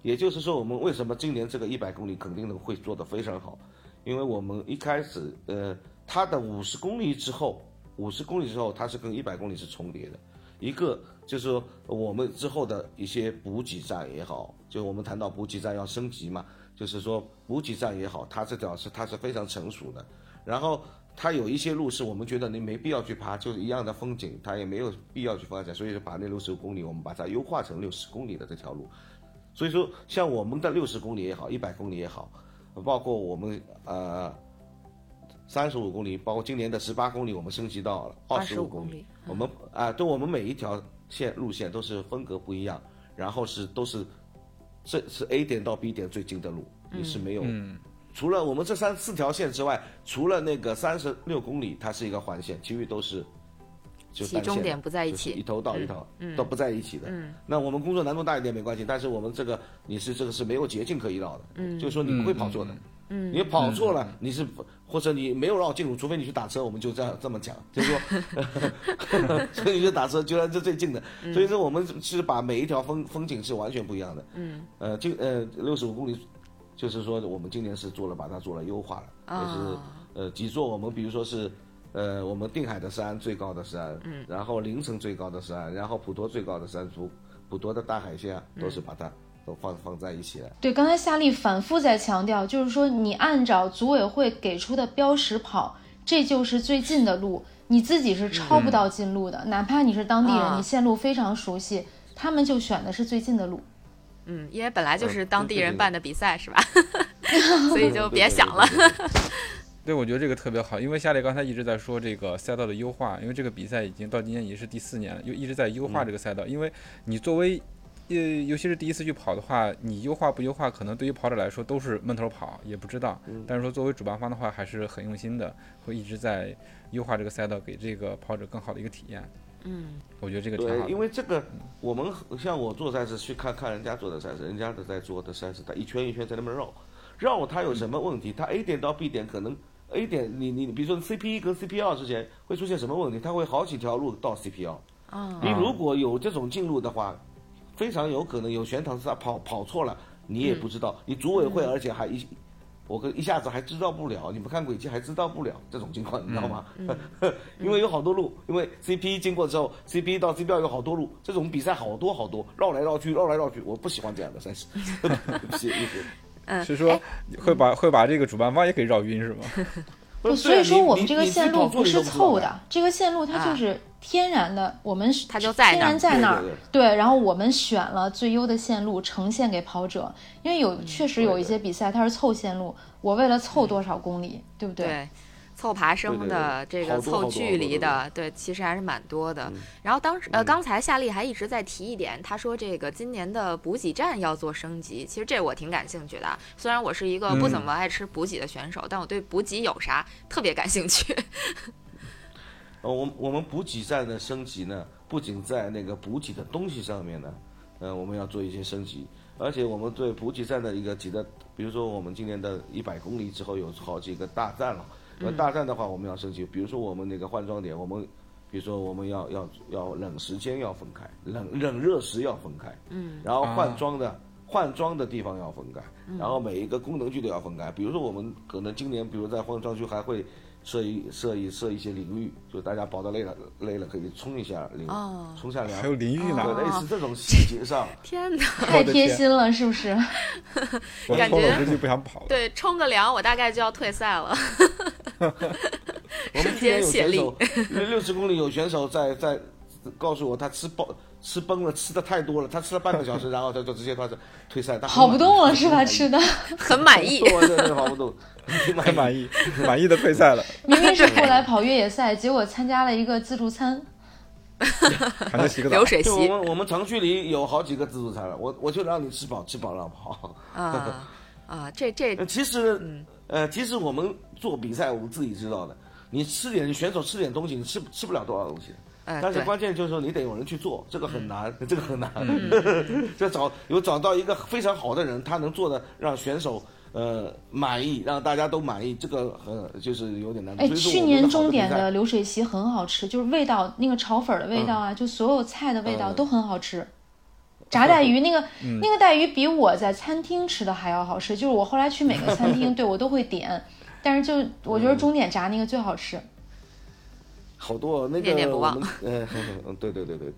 S4: 也就是说，我们为什么今年这个一百公里肯定能会做得非常好，因为我们一开始呃，它的五十公里之后，五十公里之后它是跟一百公里是重叠的。一个就是说我们之后的一些补给站也好，就我们谈到补给站要升级嘛，就是说补给站也好，它这条是它是非常成熟的，然后它有一些路是我们觉得你没必要去爬，就是一样的风景，它也没有必要去发展，所以说把那六十公里我们把它优化成六十公里的这条路，所以说像我们的六十公里也好，一百公里也好，包括我们呃。三十五公里，包括今年的十八公里，我们升级到了二十
S2: 25
S4: 五公
S2: 公
S4: 里
S2: 里。
S4: 我们啊，对我们每一条线路线都是风格不一样，然后是都是这是 A 点到 B 点最近的路，你是没有。嗯除了我们这三四条线之外，除了那个三十六公里，它是一个环线，其余都是就
S2: 起
S4: 单线
S2: 终
S4: 的
S2: 点不在一
S4: 就是
S2: 起嗯
S4: 一头到一头、都不在一起的。那我们工作难度大一点没关系，但是我们这个你是这个是没有捷径可以绕的，
S2: 嗯
S4: 就是说你不会跑错的。你跑错了，你是或者你没有绕近路，除非你去打车，我们就这样这么讲，就 是说， 所以你就打车，就在这最近的。
S2: 嗯
S4: 所以说，我们是把每一条风风景是完全不一样的。嗯，呃，就呃六十五公里，就是说我们今年是做了把它做了优化
S2: 啊
S4: 了，也是呃几座我们比如说是。呃，我们定海的山最高的山，嗯，然后凌城最高的山，然后普陀最高的山，普普陀的大海线啊，都是把它都放放在一起了。
S1: 对，刚才夏丽反复在强调，就是说你按照组委会给出的标识跑，这就是最近的路，你自己
S4: 嗯
S1: 是抄不到近路的，哪怕你是当地人，
S2: 啊
S1: 你线路非常熟悉，他们就选的是最近的路。
S2: 嗯，因为本来就
S4: 嗯
S2: 是
S4: 对
S2: 当
S4: 对
S2: 地人
S4: 对
S2: 办的比赛是吧？所以就别想了。
S4: 对。对对对对
S3: 对，我觉得这个特别好，因为夏磊刚才一直在说这个赛道的优化，因为这个比赛已经到今年已经是第四年了，又一直在优化
S4: 嗯
S3: 这个赛道。因为你作为，呃，尤其是第一次去跑的话，你优化不优化，可能对于跑者来说都是闷头跑，也不知道。
S4: 嗯
S3: 但是说作为主办方的话，还是很用心的，会一直在优化这个赛道，给这个跑者更好的一个体验。
S2: 嗯，
S3: 我觉得这个挺好
S4: 对，
S3: 的。
S4: 因为这个我们像我做赛事去看看人家做的赛事，人家的在做的赛事，他一圈一圈在那边绕，绕它有什么问题？它 A 点到 B 点可能 A 点你你你比如说 CP 一跟 CP 二之间会出现什么问题？它会好几条路到 CP 二，
S2: 啊，
S4: 你如果有这种进入的话，非常有可能有悬塘是他跑跑错了，你也不知道，你组委会而且还一，我跟一下子还知道不了，你们看轨迹还知道不了这种情况，你知道吗？ 因为有好多路，因为 CP 经过之后，CP 到 CP 有好多路，这种比赛好多好多，绕来绕去，绕来绕去，我不喜欢这样的赛事。不是
S2: 嗯
S3: 是
S2: 哎
S3: 说会把会把这个主办方也给绕晕是 吗？
S4: 不是
S1: 啊所
S4: 啊
S1: 以说
S4: 你
S1: 我们
S4: 你
S1: 这个
S4: 你
S1: 线
S4: 跑
S1: 路
S4: 错
S1: 不
S4: 你
S1: 是
S4: 都不知道
S1: 凑
S4: 的啊
S1: 的，这个线路它就是天然的，我们是
S2: 它就在
S1: 天
S2: 那儿
S1: 然在那儿
S4: 对对，
S1: 对。然后我们选了最优的线路呈现给跑者，因为
S4: 嗯
S1: 有确实有一些比赛它是凑线路，我为了凑多少公里，对不对？
S2: 对，凑爬升的
S4: 对
S2: 这
S4: 对对嗯
S2: 个
S4: 好多好
S2: 凑
S4: 多
S2: 距离
S4: 好
S2: 的，对，其实还是蛮多的。然后当时呃，刚才夏丽还一直在提一点，她说这个今年的补给站要做升级，其实这我挺感兴趣的啊。虽然我是一个不
S4: 嗯
S2: 怎么爱吃补给的选手，但我对补给有啥特别感兴趣。
S4: 呃，我们我们补给站的升级呢，不仅在那个补给的东西上面呢，呃，我们要做一些升级，而且我们对补给站的一个几个，比如说我们今年的一百公里之后有好几个大站了，那大站的话我们要升级，比如说我们那个换装点，我们比如说我们要要要冷时间要分开，冷冷热时要分开，嗯，然后换装的、换装的地方要分开，然后每一个功能区都要分开。比如说我们可能今年，比如在换装区还会设一设一设一些淋浴，就大家跑到累了累了可以冲一下淋，
S2: 哦
S4: 冲下凉，
S3: 还有淋浴呢，
S1: 哦
S4: 对类似这种细 节上，
S2: 天哪，
S1: 太
S3: 我的
S1: 贴
S3: 天
S1: 心了，是不是？
S3: 我
S2: 感
S3: 抽了
S2: 觉
S3: 我这就不想跑了。
S2: 对，冲个凉我大概就要退赛了。
S4: 我们去年有选手， 六十公里有选手在在告诉我他吃饱吃崩了，吃的太多了，他吃了半个小时，然后他就直接开始退赛，他
S1: 跑不动了 是吧？吃
S4: 的
S1: 的
S2: 很满意，
S4: 对对对，跑 不动，挺
S3: 很满意，满意的退赛了，
S1: 明明是过来跑越野赛，结果参加了一个自助餐，
S3: 还能洗个澡
S2: 流。水
S4: 就我
S2: 席
S4: 们我们长距离有好几个自助餐了，我我就让你吃饱吃饱让跑。
S2: 啊啊，这这
S4: 呃其实，
S1: 嗯
S4: 呃，其实我们做比赛，我们自己知道的，你吃点选手吃点东西，你吃吃不了多少东西。
S2: 呃
S4: 但是
S2: 对
S4: 关键就是说你得有人去做，这个
S1: 嗯
S4: 很难，这个很难。 就找有找到一个非常好的人，他能做的让选手呃满意，让大家都满意，这个很就是有点难。
S1: 哎，
S4: 嗯所以说
S1: 去
S4: 我们
S1: 年
S4: 好
S1: 终
S4: 比
S1: 点
S4: 赛
S1: 的流水席很好吃，就是味道那个炒粉儿的味道啊，
S4: 嗯
S1: 就所有菜的味道都很好吃。炸带鱼那个、
S4: 嗯
S1: 那个带鱼比我在餐厅吃的还要好吃，就是我后来去每个餐厅， 对我都会点，但是就我
S4: 嗯
S1: 觉得终点炸那个最好吃。
S4: 好多那个
S2: 念念不忘
S4: 我们呃， 嗯，对对对对对，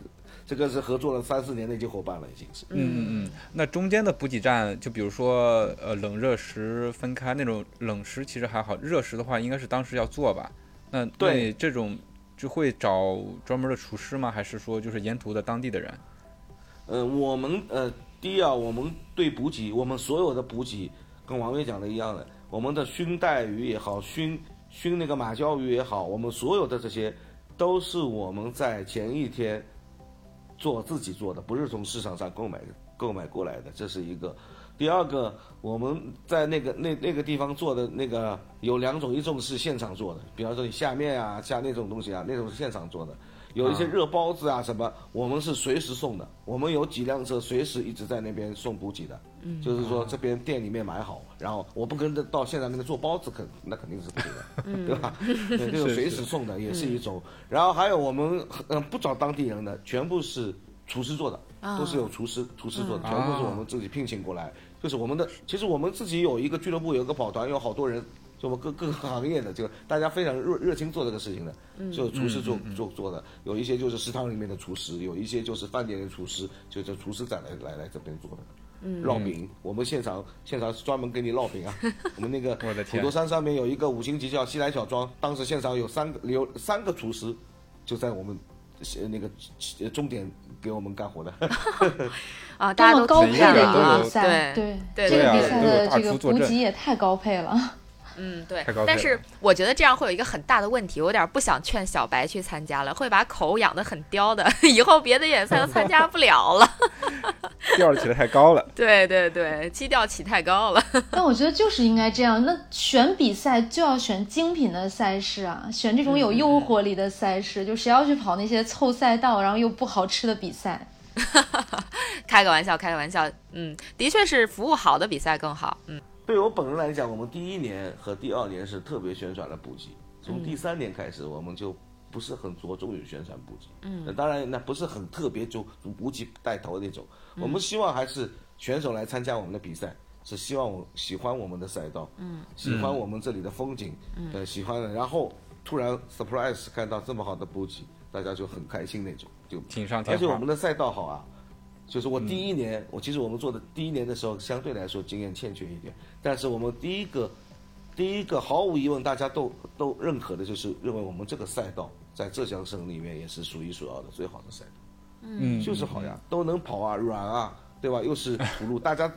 S4: 这个是合作了三四年的一些伙伴了，已经是。
S3: 嗯嗯嗯。那中间的补给站，就比如说呃冷热食分开那种冷食其实还好，热食的话应该是当时要做吧？那
S4: 对
S3: 那这种就会找专门的厨师吗？还是说就是沿途的当地的人？
S4: 呃，我们呃，第一啊，我们对补给，我们所有的补给跟王威讲的一样的，我们的熏带鱼也好，熏熏那个马鲛鱼也好，我们所有的这些都是我们在前一天做自己做的，不是从市场上购买购买过来的，这是一个。第二个，我们在那个那那个地方做的那个有两种，一种是现场做的，比方说你下面啊，像那种东西啊，那种是现场做的。有一些热包子啊什么，我们是随时送的，我们有几辆车随时一直在那边送补给的，就是说这边店里面买好，然后我不跟着到现场给他做包子，肯那肯定是不对 的，对吧？对，这种
S3: 是
S4: 随时
S3: 是
S4: 送的也是一种。然后还有我们嗯不找当地人的，全部是厨师做的，都是有厨师厨师做的，全部
S3: 啊
S4: 是我们自己聘请过来。就是我们的，其实我们自己有一个俱乐部，有一个跑团，有好多人，就我们各各个行业的，就大家非常热热情做这个事情的，就厨师做
S3: 嗯
S4: 做做的，有一些就是食堂里面的厨师，有一些就是饭店的厨师，就这厨师再来来来这边做的。烙饼，我们现场现场是专门给你烙饼啊。我们那个
S3: 我的
S4: 普
S3: 天
S4: 陀山上面有一个五星级叫西来小庄，当时现场有三个有三个厨师，就在我们呃那个呃终点给我们干活的。
S2: 啊，
S1: 这
S2: 大家
S1: 么
S2: 都
S1: 高
S2: 体
S1: 配
S2: 验
S1: 的
S2: 了
S1: 一个
S2: 啊
S1: 比赛，
S2: 对
S1: 对
S2: 对
S1: 这
S3: 对
S1: 个
S3: 啊
S1: 比赛
S3: 都有
S1: 的
S3: 大
S1: 这个
S3: 厨坐
S1: 补
S3: 镇
S1: 给也太高配了。
S2: 嗯，对
S3: 太高配了。
S2: 但是我觉得这样会有一个很大的问题，我有点不想劝小白去参加了，会把口养得很刁的， 以后别的野赛都参加不了了。
S3: 调儿起来太高了。
S2: 对对对，基调起太高了。
S1: 但我觉得就是应该这样，那选比赛就要选精品的赛事啊，选这种有诱惑力的赛事，就谁要去跑那些凑赛道然后又不好吃的比赛？
S2: 开个玩笑，开个玩笑。嗯，的确是服务好的比赛更好。嗯，
S4: 对我本人来讲，我们第一年和第二年是特别宣传的补给，从第三年开始我们就不是很着重于宣传补给。嗯，那当然那不是很特别就补给带头那种，我们希望还是选手来参加我们的比赛。是希望我喜欢我们的赛道，嗯，喜欢我们这里的风景，嗯，呃，喜欢的。然后突然 surprise 看到这么好的补给，大家就很开心那种，就
S3: 锦上添
S4: 而且
S3: 花嗯
S4: 我们的赛道好啊，就是我第一年，我其实我们做的第一年的时候，相对来说经验欠缺一点，但是我们第一个，第一个毫无疑问大家都都认可的就是认为我们这个赛道在浙江省里面也是数一数二的最好的赛道。
S3: 嗯，
S4: 就是好呀，都能跑啊，软啊，对吧？又是土路，大家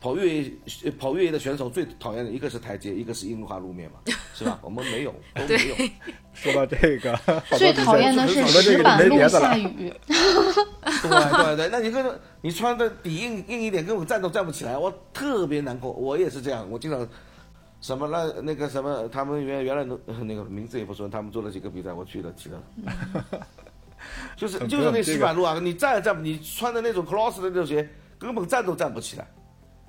S4: 跑越野呃跑越野的选手最讨厌的一个是台阶，一个是硬化路面嘛，是吧？我们没有，都没有。
S3: 说到这个，好多
S1: 最
S3: 比赛
S1: 讨厌的
S4: 就是
S3: 好多
S1: 石
S3: 这个就
S1: 板
S3: 没
S1: 路
S3: 别的
S1: 下
S3: 了。
S1: 雨。
S4: 对对 对，那你跟你穿的比硬硬一点，根本站都站不起来，我特别难过。我也是这样，我经常什么那那个什么，他们原原来的呃那个名字也不说，他们做了几个比赛，我去了踢了。就是
S3: 嗯
S4: 就是
S3: 不
S4: 那
S3: 用
S4: 石板路啊，你站也站不，你穿的那种 cross 的那种鞋，根本站都站不起来，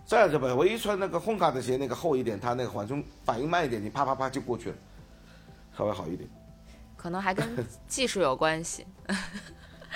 S4: 站也站不起来。我一穿那个 Honka 的鞋，那个厚一点，它那个缓冲反应慢一点，你啪啪啪就过去了，稍微好一点。
S2: 可能还跟技术有关系。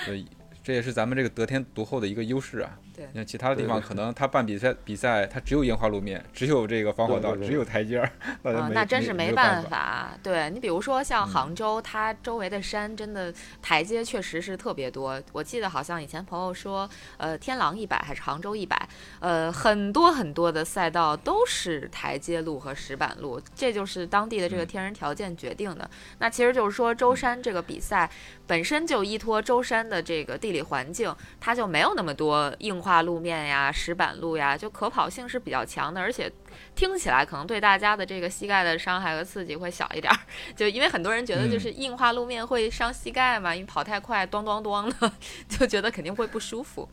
S3: 对，这也是咱们这个得天独厚的一个优势啊。
S2: 对
S3: 像其他的地方
S4: 对对
S3: 可能他办比赛比赛，他只有烟花路面，只有这个防火道，
S4: 对对对
S3: 只有台阶儿，大家
S2: 啊
S3: 呃没、，
S2: 那真是
S3: 没有
S2: 办
S3: 办。嗯
S2: 法。对你比如说像杭州，它周围的山真的台阶确实是特别多。我记得好像以前朋友说，呃，天狼一百还是杭州一百，呃，很多很多的赛道都是台阶路和石板路，这就是当地
S3: 嗯
S2: 的这个天然条件决定的。那其实就是说，舟山这个比赛本身就依托舟山的这个地理环境，它就没有那么多硬化路面呀、石板路呀，就可跑性是比较强的，而且听起来可能对大家的这个膝盖的伤害和刺激会小一点儿， 就因为很多人觉得就是硬化路面会伤膝盖嘛，因为跑太快，咚咚咚的， 就觉得肯定会不舒服。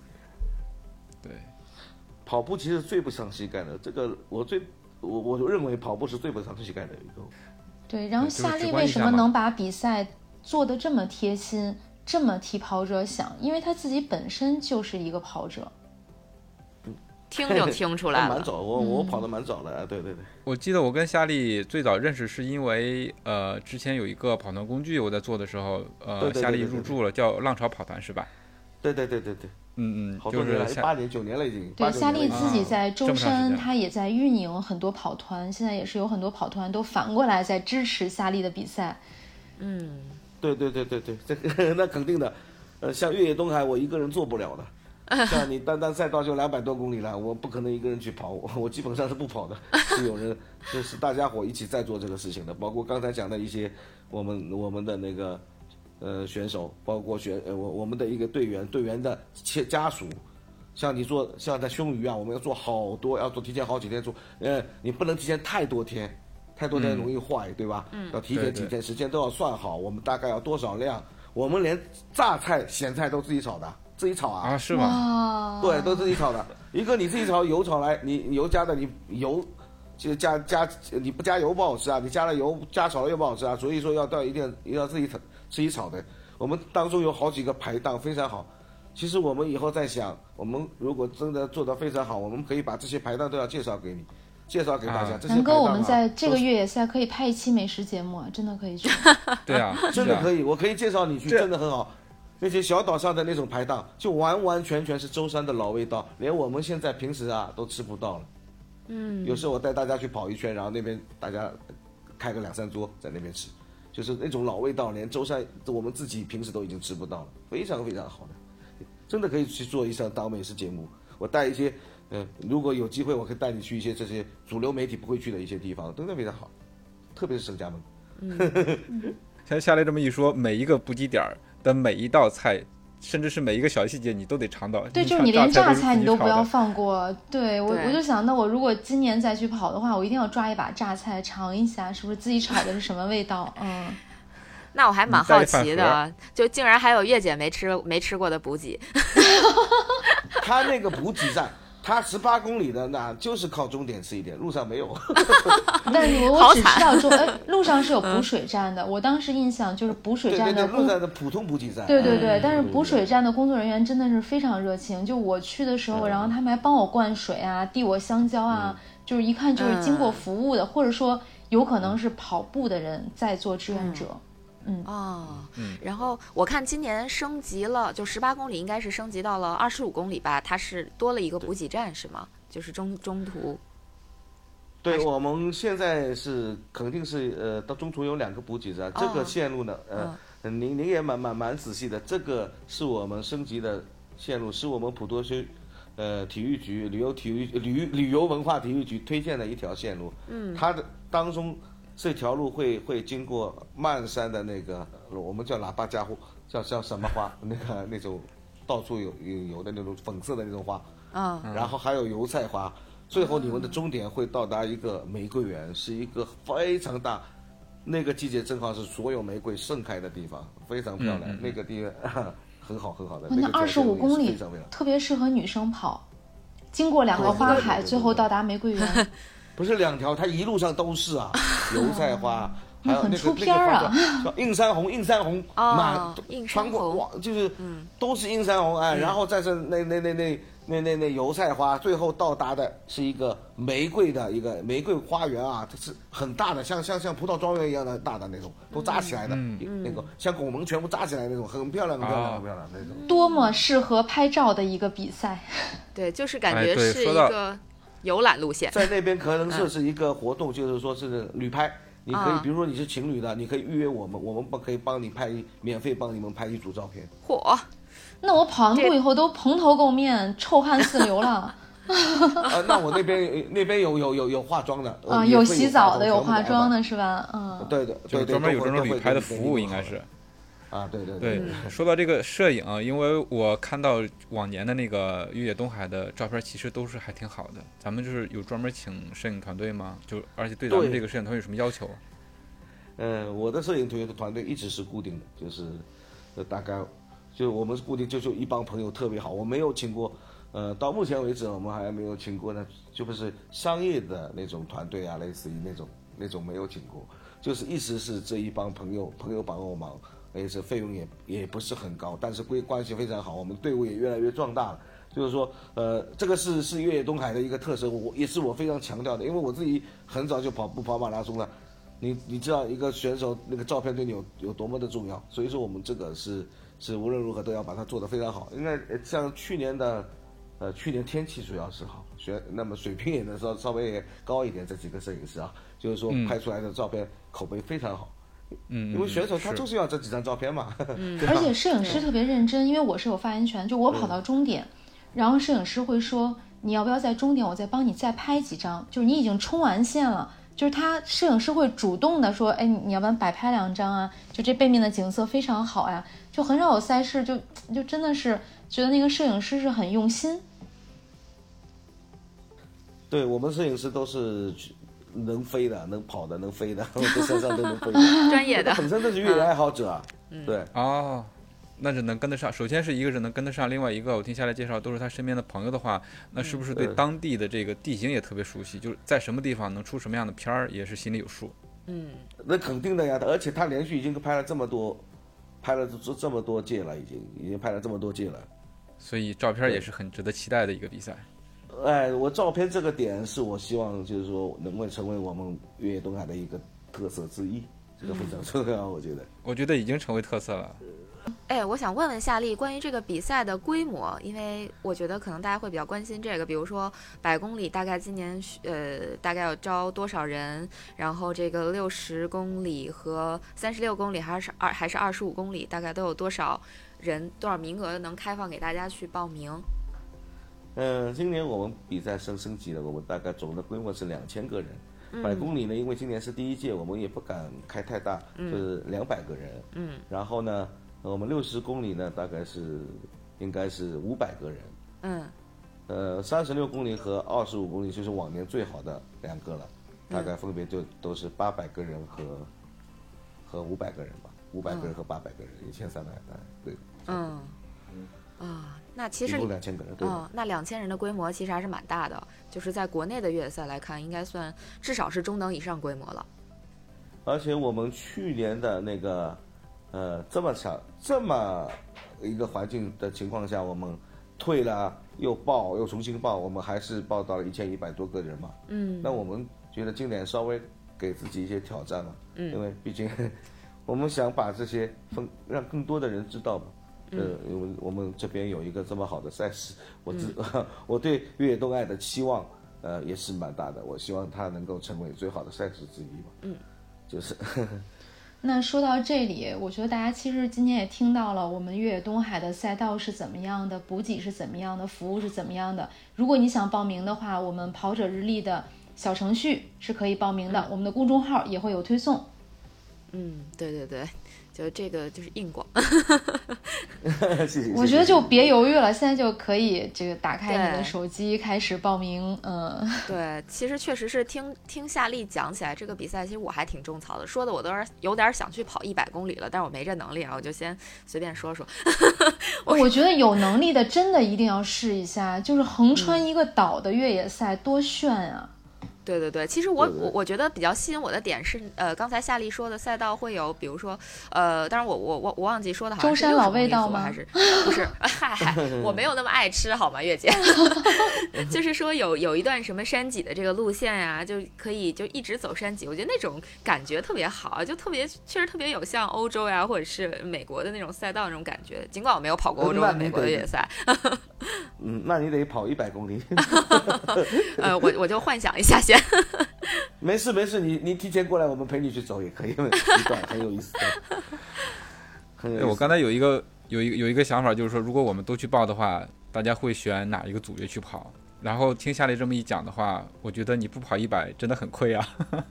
S3: 对，
S4: 跑步其实最不伤膝盖的，这个我最我我就认为跑步是最不伤膝盖的一个。
S1: 对，然后
S3: 就是
S1: 夏
S3: 直
S1: 利
S3: 观
S1: 为
S3: 一
S1: 什
S3: 下
S1: 么
S3: 嘛
S1: 能把比赛做得这么贴心，这么替跑者想？因为他自己本身就是一个跑者。
S2: 听就听出 来
S4: 那蛮
S2: 了，
S4: 早，我我
S1: 嗯
S4: 跑的蛮早的，啊对对对，
S3: 我记得我跟夏丽最早认识是因为，呃，之前有一个跑团工具我在做的时候，
S4: 对
S3: 呃，
S4: 对对
S3: 夏丽
S4: 对对
S3: 入
S4: 对
S3: 驻了，叫浪潮跑团是吧？
S4: 对对对对对，
S3: 嗯
S4: 好
S3: 嗯，
S4: 多
S3: 就
S4: 年
S3: 是
S4: 了，
S3: 夏
S4: 八年九年了已经。
S1: 对，
S4: 89
S1: 夏利
S4: 年了
S1: 自己
S4: 啊
S1: 在舟
S3: 这么长时
S1: 山，
S3: 间
S1: 他也在运营很多跑团，现在也是有很多跑团都反过来在支持夏利的比赛。
S2: 嗯，
S4: 对对对对对，这个 那肯定的，呃，像越野东海我一个人做不了的，像你单单赛道就两百多公里了，我不可能一个人去跑， 我我基本上是不跑的， 是有人，这是大家伙一起在做这个事情的，包括刚才讲的一些我们我们的那个呃选手，包括选呃我我们的一个队员队员的切家属。像你做像在凶鱼啊，我们要做好多，要做提前好几天做，呃，你不能提前太多天，太多天容易坏，对吧？嗯，要提前
S3: 对
S4: 几
S3: 对
S4: 天。时间都要算好，我们大概要多少量，我们连榨菜、咸菜都自己炒的，自己炒啊，
S3: 啊是吗？
S1: 哇，
S4: 对，都自己炒的。一个你自己炒油炒来，你你油加的你油，就加加你不加油不好吃啊，你加了油加少了又不好吃啊，所以说要到一定要自己炒自己炒的。我们当中有好几个排档非常好，其实我们以后在想，我们如果真的做得非常好，我们可以把这些排档都要介绍给你，介绍给大家。
S3: 啊
S4: 这些
S1: 南哥，
S4: 排
S1: 我
S4: 档
S1: 们
S4: 啊
S1: 在这
S4: 都
S1: 个
S4: 是
S1: 越野赛可以拍一期美食节目啊，真的可以 去。
S3: 对啊，是
S4: 真的
S3: 啊
S4: 可以，我可以介绍你去，
S3: 这
S4: 真的很好。那些小岛上的那种排档，就完完全全是舟山的老味道，连我们现在平时啊都吃不到了。嗯，有时候我带大家去跑一圈，然后那边大家开个两三桌在那边吃，就是那种老味道，连舟山我们自己平时都已经吃不到了，非常非常好的，真的可以去做一下当美食节目。我带一些，嗯、如果有机会，我可以带你去一些这些主流媒体不会去的一些地方，真的非常好，特别是沈家门。
S3: 像夏丽这么一说，每一个补给点儿的每一道菜甚至是每一个小细节你都得尝到。
S1: 对，就是你连
S3: 榨
S1: 菜你
S3: 都
S1: 不要放过。对我，
S2: 对
S1: 我就想，那我如果今年再去跑的话，我一定要抓一把榨菜尝一下，是不是自己炒的是什么味道？ 嗯，
S2: 那我还蛮
S3: 你带
S2: 好
S3: 一饭
S2: 奇
S3: 盒
S2: 的，就竟然还有月姐没吃没吃过的补给，
S4: 他那个补给站，他十八公里的那就是靠终点吃一点，路上没
S1: 啊
S4: 有。
S1: 但我
S2: 好
S1: 我只
S2: 惨嗯
S1: 知 道中，哎，路上是有补水站的。我当时印象就是补水
S4: 对
S1: 站
S4: 对对，
S1: 的
S4: 路
S1: 工
S4: 上的普通补给站。
S1: 对对对，
S4: 嗯
S1: 但是补水站的工作人员真的是非常热情。就我去的时候，然
S4: 嗯
S1: 后他们还帮我灌水啊，递我香蕉啊，就是一看就是经
S4: 嗯
S1: 过服务的，或者说有可能是跑步的人在做志愿者。
S4: 嗯
S3: 嗯
S2: 哦，然后我看今年升级了，就十八公里应该是升级到了二十五公里吧，它是多了一个补给站是吗？就是中中途
S4: 对，我们现在是肯定是呃，到中途有两个补给站，这
S2: 哦
S4: 个线路呢，呃，您您也蛮蛮蛮仔细的，这个是我们升级的线路，是我们普陀区。呃，体育局、旅游体育、旅旅游文化体育局推荐的一条线路，嗯，它的当中这条路会会经过漫山的那个，我们叫喇叭家伙，叫叫什么花？那个那种到处有有有的那种粉色的那种花，
S2: 啊、
S1: 嗯
S4: 然后还有油菜花，最后你们的终点会到达一个玫瑰园，是一个非常大，那个季节正好是所有玫瑰盛开的地方，非常漂亮。
S3: 嗯嗯嗯
S4: 那个地方 很好很好的，
S1: 哇那
S4: 个
S1: 二十五公
S4: 非
S1: 里
S4: 常漂亮。
S1: 特别适合女生跑，经过两个花
S4: 对对对
S1: 海，
S4: 对对
S1: 最后到达玫瑰 园，
S4: 不是两条，它一路上都 是啊，油菜花，还有
S1: 嗯很
S4: 那个
S1: 出片儿啊
S4: 那个花叫映山红，映山红，
S2: 哦
S4: 满
S2: 映山
S4: 穿
S2: 红
S4: 过哇，就是
S1: 嗯
S4: 都是映山红哎，然后再是那那那那那那那油菜花，最后到达的是一个玫瑰的一个玫瑰花园啊，它是很大的，像像像葡萄庄园一样的大的那种，都扎起来的，
S1: 嗯
S4: 那个像拱门全部扎起来那种，很漂亮，很漂亮，
S3: 啊
S4: 很漂亮那种。
S1: 多么适合拍照的一个比赛！
S2: 对，就是感
S3: 哎
S2: 觉
S3: 对
S2: 是一
S3: 说到
S2: 个游览路线，
S4: 在那边可能设置一个活动，就是说是旅拍，你可以
S1: 嗯
S2: 啊，
S4: 比如说你是情侣的，你可以预约我们，我们帮可以帮你拍一，免费帮你们拍一组照 片。
S2: 嚯，
S1: 那我跑完
S2: 这
S1: 步以后都蓬头垢面、臭汗四流 了。嗯
S4: 啊，那我那边 那边有有有有化妆的，
S1: 啊，
S4: 呃也
S1: 有
S4: 会
S1: 洗澡的，有
S4: 有
S1: 化妆
S4: 的
S1: 的是吧？嗯，
S4: 全部安排，对的，
S3: 就
S4: 对
S3: 是
S4: 对，
S3: 专门有
S4: 都
S3: 这
S4: 会
S3: 种
S4: 都
S3: 旅
S4: 会
S3: 拍的
S4: 给你
S3: 服务，
S4: 给你
S3: 应该
S4: 弄
S3: 是。
S4: 好啊，对对
S3: 对，说到这个摄影，因为我看到往年的那个越野东海的照片，其实都是还挺好的。咱们就是有专门请摄影团队吗？就而且对咱们
S4: 对
S3: 这个摄影团队有什么要求？啊
S4: 呃，我的摄影团团队一直是固定的，就是呃大概就我们是固定就就一帮朋友特别好，我没有请过，呃，到目前为止我们还没有请过呢，就不是商业的那种团队啊，类似于那种那种没有请过，就是一直是这一帮朋友朋友帮我忙，也是费用也也不是很高，但是关关系非常好，我们队伍也越来越壮大了。就是说，呃，这个是是越野东海的一个特色，我也是我非常强调的，因为我自己很早就跑步跑马拉松了，你你知道一个选手那个照片对你有有多么的重要，所以说我们这个是是无论如何都要把它做得非常好。应该呃像去年的，呃，去年天气主要是好，选那么水平也能稍稍微也高一点，这几个摄影师啊，就是说拍出来的照片口碑非常好，
S3: 嗯，
S4: 因为选手他
S3: 是
S4: 就是要这几张照片嘛，对吧嗯
S1: 而且摄影师特别认真，因为我是有发言权，就我跑到终点，然后摄影师会说你要不要在终点，我再帮你再拍几张，就是你已经冲完线了。就是他，摄影师会主动的说，哎，你你要不然摆拍两张啊？就这背面的景色非常好呀，就很少有赛事，就就真的是觉得那个摄影师是很用心，
S4: 对我们摄影师都是能飞的，能跑的，能飞的，我在山上都能飞的，
S2: 专业的
S4: 本身就是越野爱好者啊，对。
S3: 哦，那是能跟得上。首先是一个是能跟得上，另外一个我听下来介绍都是他身边的朋友的话，那是不是对
S4: 嗯
S3: 当地的这个地形也特别熟悉？就是在什么地方能出什么样的片儿，也是心里有数。
S4: 那肯定的呀，而且他连续已经拍了这么多，拍了这这么多届了，已经已经拍了这么多届了。
S3: 所以照片儿也是很值得期待的一个比赛。
S4: 哎，我照片这个点是我希望就是说能够成为我们越野东海的一个特色之一，这个非常重要，我觉得。
S3: 我觉得已经成为特色了。
S2: 哎，我想问问夏丽关于这个比赛的规模，因为我觉得可能大家会比较关心这个，比如说百公里大概今年需呃大概要招多少人，然后这个六十公里和三十六公里还是二还是二十五公里，大概都有多少人多少名额能开放给大家去报名？
S4: 呃，今年我们比赛升升级了，我们大概总的规模是两千个人。百公里呢，因为今年是第一届，我们也不敢开太大，就是两百个人。嗯。然后呢，呃我们六十公里呢，大概是应该是五百个人。
S2: 嗯
S4: 呃，三十六公里和二十五公里就是往年最好的两个了，大概分别就都是八百个人和、和五百个人吧，五百个人和八百个人，一千三百个人，对，
S2: 嗯啊，那其实
S4: 一共两千个人，对的。
S2: 嗯，那两千人的规模其实还是蛮大的，就是在国内的越野赛来看，应该算至少是中等以上规模了。
S4: 而且我们去年的那个，呃，这么小这么一个环境的情况下，我们退了又报又重新报，我们还是报到了一千一百多个人嘛。
S2: 嗯，
S4: 那我们觉得今年稍微给自己一些挑战嘛，嗯，因为毕竟 我们想把这些分让更多的人知道嘛。呃，我们我们这边有一个这么好的赛事，我自、 我对越野动爱的期望，呃，也是蛮大的。我希望它能够成为最好的赛事之一嘛。嗯，就是
S1: 那说到这里，我觉得大家其实今天也听到了，我们越野东海的赛道是怎么样的，补给是怎么样的，服务是怎么样的。如果你想报名的话，我们跑者日历的小程序是可以报名
S4: 嗯
S1: 的，我们的公众号也会有推送。
S2: 嗯，对对对，就这个就是硬广。
S4: 谢谢
S1: 我觉得
S4: 谢谢
S1: 就别犹豫了，现在就可以这个打开你的
S2: 对
S1: 手机开始报名。 嗯，
S2: 对，其实确实是听听夏丽讲起来这个比赛，其实我还挺种草的，说的我都有点有点想去跑一百公里了，但是我没这能力啊，我就先随便说说。
S1: 我觉得有能力的真的一定要试一下，就是横穿
S4: 嗯
S1: 一个岛的越野赛多炫啊！
S2: 对对对，其实我
S4: 对对
S2: 我我觉得比较吸引我的点是，呃，刚才夏丽说的赛道会有，比如说，呃，当然我我我我忘记说的好像
S1: 舟
S2: 是
S1: 山
S2: 60
S1: 老味
S2: 公里
S1: 道
S2: 左右
S1: 吗
S2: 还是呃不是？嗨嗨，我没有那么爱吃好吗，月姐？ 就是说有有一段什么山脊的这个路线呀、就可以就一直走山脊，我觉得那种感觉特别好，就特别确实特别有像欧洲呀或者是美国的那种赛道那种感觉。尽管我没有跑过欧洲
S4: 那
S2: 和
S4: 你
S2: 美国的
S4: 得
S2: 越野赛，
S4: 嗯，那你得跑一百公里。
S2: 呃，我我就幻想一下先。
S4: 没事没事，你你提前过来，我们陪你去走也可以，一段很有意思的。很
S3: 对
S4: 有意思
S3: 哎我刚才有一个有一个有一个想法，就是说，如果我们都去报的话，大家会选哪一个组别去跑？然后听夏丽这么一讲的话，我觉得你不跑一百真的很亏啊。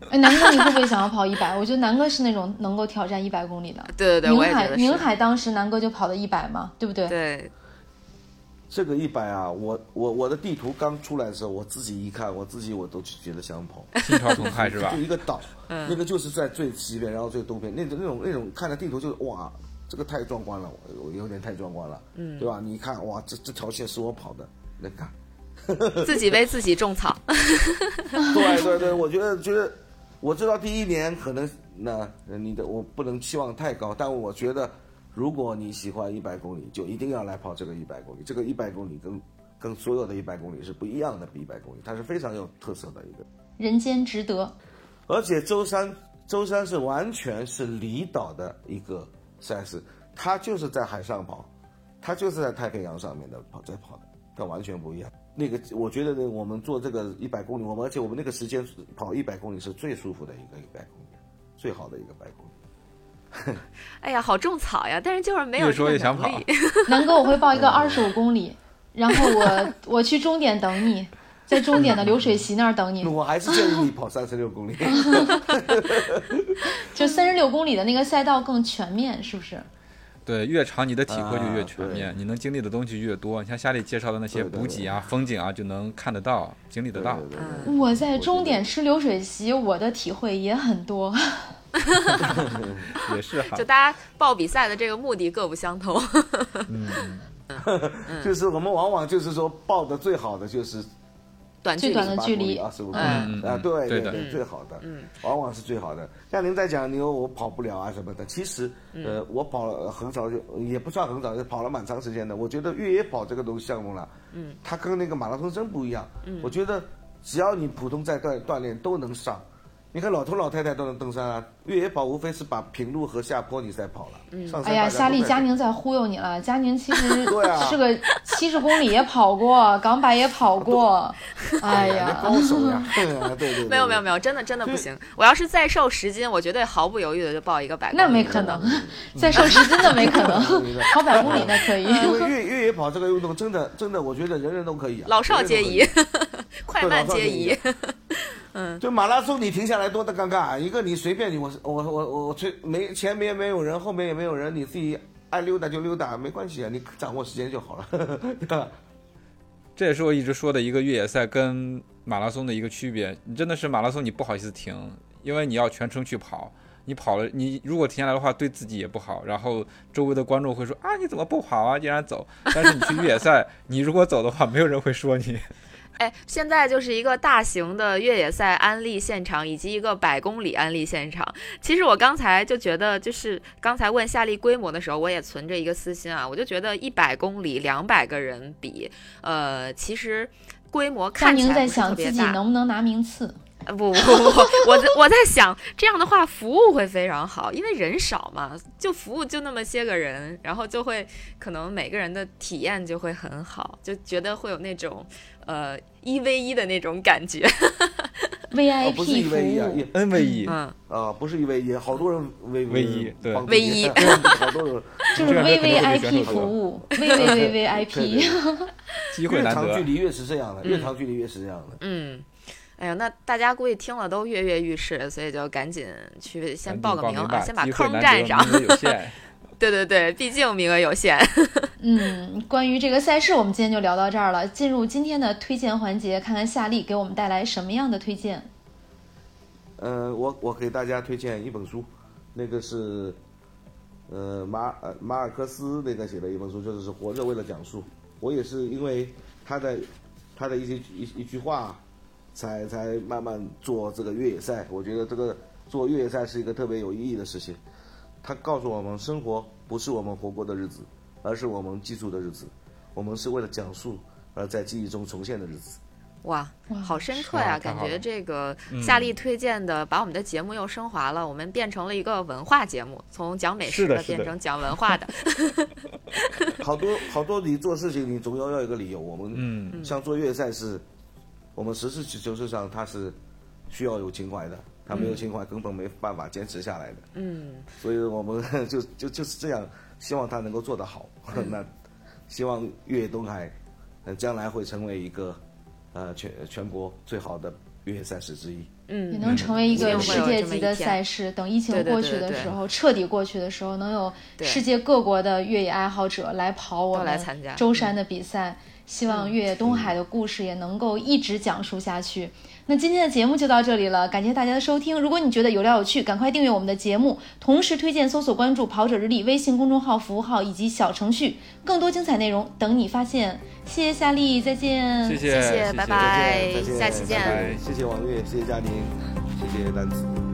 S1: 哎，南哥，你会不会想要跑一百？我觉得南哥是那种能够挑战一百公里的。
S2: 对对对，
S1: 宁
S2: 我也觉
S1: 海，
S2: 得
S1: 宁
S2: 是。
S1: 海当时南哥就跑的一百嘛，对不对？
S2: 对，
S4: 这个一百啊，我我我的地图刚出来的时候，我自己一看，我自己我都觉得想跑。
S3: 心潮澎湃是吧
S4: 就？一个岛，
S1: 嗯
S4: 那个就是在最西边，然后最东边，那种那种那种看着地图就是哇，这个太壮观了，我我有点太壮观了，嗯，对吧？你一看哇，这这条线是我跑的，那个，
S2: 自己为自己种草。
S4: 对对对，我觉得觉得，我知道第一年可能那呃你的我不能期望太高，但我觉得如果你喜欢一百公里，就一定要来跑这个一百公里，这个一百公里跟跟所有的一百公里是不一样的，比一百公里它是非常有特色的一个。
S1: 人间值得。
S4: 而且舟山舟山是完全是离岛的一个赛事，它就是在海上跑，它就是在太平洋上面的跑在跑的，它完全不一样。那个我觉得呢，我们做这个一百公里，我们而且我们那个时间跑一百公里是最舒服的一个一百公里，最好的一个百公里。
S2: 哎呀，好种草呀！但是就是没有
S3: 越
S2: 这个
S3: 说越想
S2: 能力
S1: 南哥，我会报一个二十五公里，然后我我去终点等你，在终点的流水席那儿等你
S4: 那。我还是建议你跑三十六公里。
S1: 就三十六公里的那个赛道更全面，是不是？
S3: 对，越长你的体会就越
S4: 啊
S3: 全
S4: 对
S3: 面，你能经历的东西越多。你像夏丽介绍的那些
S4: 对对
S3: 补给啊、风景啊，就能看得到、经历得到。
S4: 对对对
S1: 我在终点吃流水席，我的体会也很多。
S3: 也是 哈
S2: 就，大家报比赛的这个目的各不相同。
S4: 就是我们往往就是说报的最好的就是
S2: 短距
S1: 最
S2: 离
S1: 短的距离嗯
S4: 二十五
S2: 嗯
S4: 啊，对
S3: 对的
S4: 对，最好的，往往是最好的。像您在讲，你说我跑不了啊什么的，其实
S1: 嗯
S4: 呃，我跑了很早就，也不算很早，就跑了蛮长时间的。我觉得越野跑这个东西项目啦，嗯，它跟那个马拉松真不一样。
S1: 嗯
S4: 我觉得只要你普通在锻锻炼都能上。你看老头老太太都能登山啊，越野跑无非是把平路和下坡你再跑了。上
S1: 哎
S4: 山
S1: 呀，
S4: 大家都
S1: 夏丽，
S4: 在
S1: 佳宁在忽悠你了。佳宁其实
S4: 对啊
S1: 是个七十公里也跑过，港百也跑 过。哎
S4: 人家
S1: 呀，
S4: 高手 呀，对啊对对对，对
S2: 没有没有没有，真的真的不行。我要是再瘦十斤，我绝对毫不犹豫的就报一个百公里。
S1: 那没可能，
S4: 啊
S1: 再瘦十斤的没可能，跑百公里那可以。
S2: 嗯
S4: 因为越越野跑这个运动真的真的，我觉得人人都可以啊，
S2: 老少
S4: 人人
S2: 皆
S4: 都可以
S2: 宜， 快慢皆宜
S3: 啊
S4: 对。就马拉松你停下来多的尴尬啊！一个你随便你我我我我我吹没前面也没有人，后面也没有人，你自己爱溜达就溜达，没关系啊，你掌握时间就好了， 对吧？
S3: 这也是我一直说的一个越野赛跟马拉松的一个区别。你真的是马拉松，你不好意思停，因为你要全程去跑。你跑了，你如果停下来的话，对自己也不好。然后周围的观众会说啊，你怎么不跑啊？竟然走。但是你去越野赛，你如果走的话，没有人会说你。
S2: 哎，现在就是一个大型的越野赛安利现场，以及一个百公里安利现场。其实我刚才就觉得，就是刚才问夏利规模的时候，我也存着一个私心啊，我就觉得一百公里两百个人比，呃，其实规模看起来
S1: 在想自己能不能拿名次。
S2: 不不不，我在我在想，这样的话服务会非常好，因为人少嘛，就服务就那么些个人，然后就会可能每个人的体验就会很好，就觉得会有那种呃一 v 一的那种感觉。
S1: VIP
S4: 哦，不是一 v 一啊，
S1: 服务
S4: 也
S3: N v 一，
S2: 嗯，
S4: 啊，不是一 v 一，好多人 v
S3: V 一对
S2: V 一
S4: 好多人
S1: 就是
S3: 这样就可能会被选
S1: VVIP
S3: 手
S1: 服务
S4: 对
S1: ，VVVVIP
S4: 对。
S3: 机会
S4: 越
S3: 难
S4: 长距
S3: 得。
S4: 离越是这样的，越长距离越是这样的。
S2: 嗯，哎呀，那大家估计听了都跃跃欲试，所以就赶紧去先报
S3: 赶紧
S2: 个
S3: 报
S2: 名啊，
S3: 吧，
S2: 先把
S3: 机会
S2: 坑
S3: 难
S2: 占
S3: 得
S2: 上。
S3: 名额有限。
S2: 对对对，毕竟名额有限。
S1: 嗯，关于这个赛事，我们今天就聊到这儿了。进入今天的推荐环节，看看夏丽给我们带来什么样的推荐。
S4: 呃，我我给大家推荐一本书，那个是，呃，马呃马尔克斯那个写的一本书，就是《活着为了讲述》。我也是因为他的他的一些一一句话，才才慢慢做这个越野赛。我觉得这个做越野赛是一个特别有意义的事情。他告诉我们，生活不是我们活过的日子，而是我们记住的日子。我们是为了讲述而在记忆中重现的日子。
S2: 哇，好深刻
S3: 哇
S2: 呀、
S3: 太
S2: 感
S3: 好了嗯
S2: 觉这个夏丽推荐的，把我们的节目又升华了，我们变成了一个文化节目，从讲美食
S3: 是的是的
S2: 变成讲文化的。
S4: 好多 好多，你做事情你总要要一个理由。我们
S3: 嗯
S4: 像做越野赛是，我们实事求是上它是需要有情怀的，它没有情怀根本没办法坚持下来的。
S2: 嗯，
S4: 所以我们 就就就是这样，希望它能够做得好。 那希望越野东海，呃，将来会成为一个呃全全国最好的越野赛事之一。
S2: 嗯
S3: 嗯
S1: 也能成为一个世界级的赛事。等疫情
S2: 对对
S1: 过
S2: 对
S1: 去
S2: 对
S1: 的
S2: 对
S1: 时候，彻底过去的时候，能有
S2: 对
S1: 世界各国的越野爱好者来跑我
S2: 都来
S1: 们
S2: 参加嗯
S1: 舟山的比赛。希
S3: 嗯
S1: 望越野东海的故事也能够一直讲述下去。那今天的节目就到这里了，感谢大家的收听。如果你觉得有料有趣，赶快订阅我们的节目，同时推荐、搜索、关注“跑者日历”微信公众号、服务号以及小程序，更多精彩内容等你发现。谢谢夏丽，再见。
S3: 谢
S2: 谢
S3: 谢
S2: 拜
S3: 谢
S4: 再
S2: 拜
S4: 见，再，见，
S2: 下期见。
S4: 拜拜谢谢王月，谢谢佳宁，谢谢丹子。